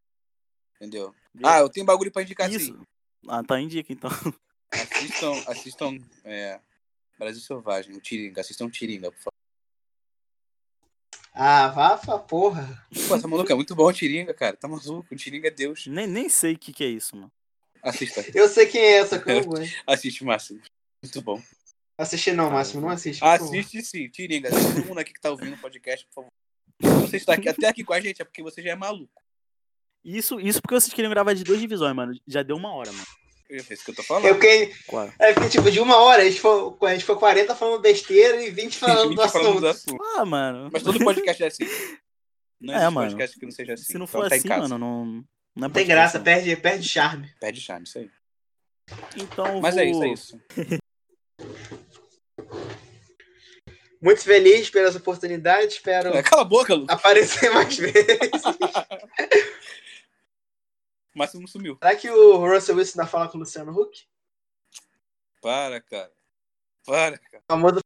Speaker 3: Entendeu? Ah, eu assim. tenho bagulho pra indicar
Speaker 2: isso.
Speaker 3: sim.
Speaker 2: Ah, tá, indica então.
Speaker 3: Assistam, assistam é, Brasil Selvagem, o Tiringa. Assistam o Tiringa, por favor.
Speaker 1: Ah, vá pra porra.
Speaker 3: Pô, essa maluca é muito bom o Tiringa, cara. Tá maluco. O Tiringa é Deus.
Speaker 2: Nem, nem sei o que, que é isso, mano.
Speaker 3: Assista,
Speaker 1: Eu sei quem é essa, que eu não gosto.
Speaker 3: assiste, Márcio. Muito bom.
Speaker 1: Assistir não, Máximo, não assiste. por favor.
Speaker 3: Assiste sim, Tiringa. Todo mundo aqui que tá ouvindo o podcast, por favor. Se você está aqui, até aqui com a gente é porque você já é maluco.
Speaker 2: Isso, isso porque vocês queriam gravar de duas divisões, mano. Já deu uma hora, mano.
Speaker 3: Eu já fiz o que eu tô
Speaker 1: Eu
Speaker 3: falando.
Speaker 1: fiquei,
Speaker 2: Claro.
Speaker 1: é porque, tipo, de uma hora, a gente, foi, a gente foi 40 falando besteira e 20 falando do
Speaker 3: Gente tá falando
Speaker 1: assunto.
Speaker 3: do assunto.
Speaker 2: Ah, mano.
Speaker 3: Mas todo podcast é assim. Não
Speaker 2: É,
Speaker 3: existe
Speaker 2: mano.
Speaker 3: podcast que não seja assim.
Speaker 2: Se não
Speaker 3: Então
Speaker 2: for
Speaker 3: tá em
Speaker 2: assim,
Speaker 3: casa.
Speaker 2: mano, não. Não é
Speaker 1: Não tem
Speaker 2: podcast,
Speaker 1: graça,
Speaker 2: não.
Speaker 1: perde, perde charme.
Speaker 3: Perde charme, isso aí.
Speaker 2: Então, eu
Speaker 3: Mas é isso,
Speaker 2: vou-
Speaker 3: é isso.
Speaker 1: Muito feliz pelas oportunidades, espero
Speaker 3: É, Cala a boca, Lucas.
Speaker 1: aparecer mais vezes.
Speaker 3: Mas você não sumiu.
Speaker 1: Será que o Russell Wilson ainda fala com o Luciano Huck?
Speaker 3: Para, cara. Para.
Speaker 1: O famoso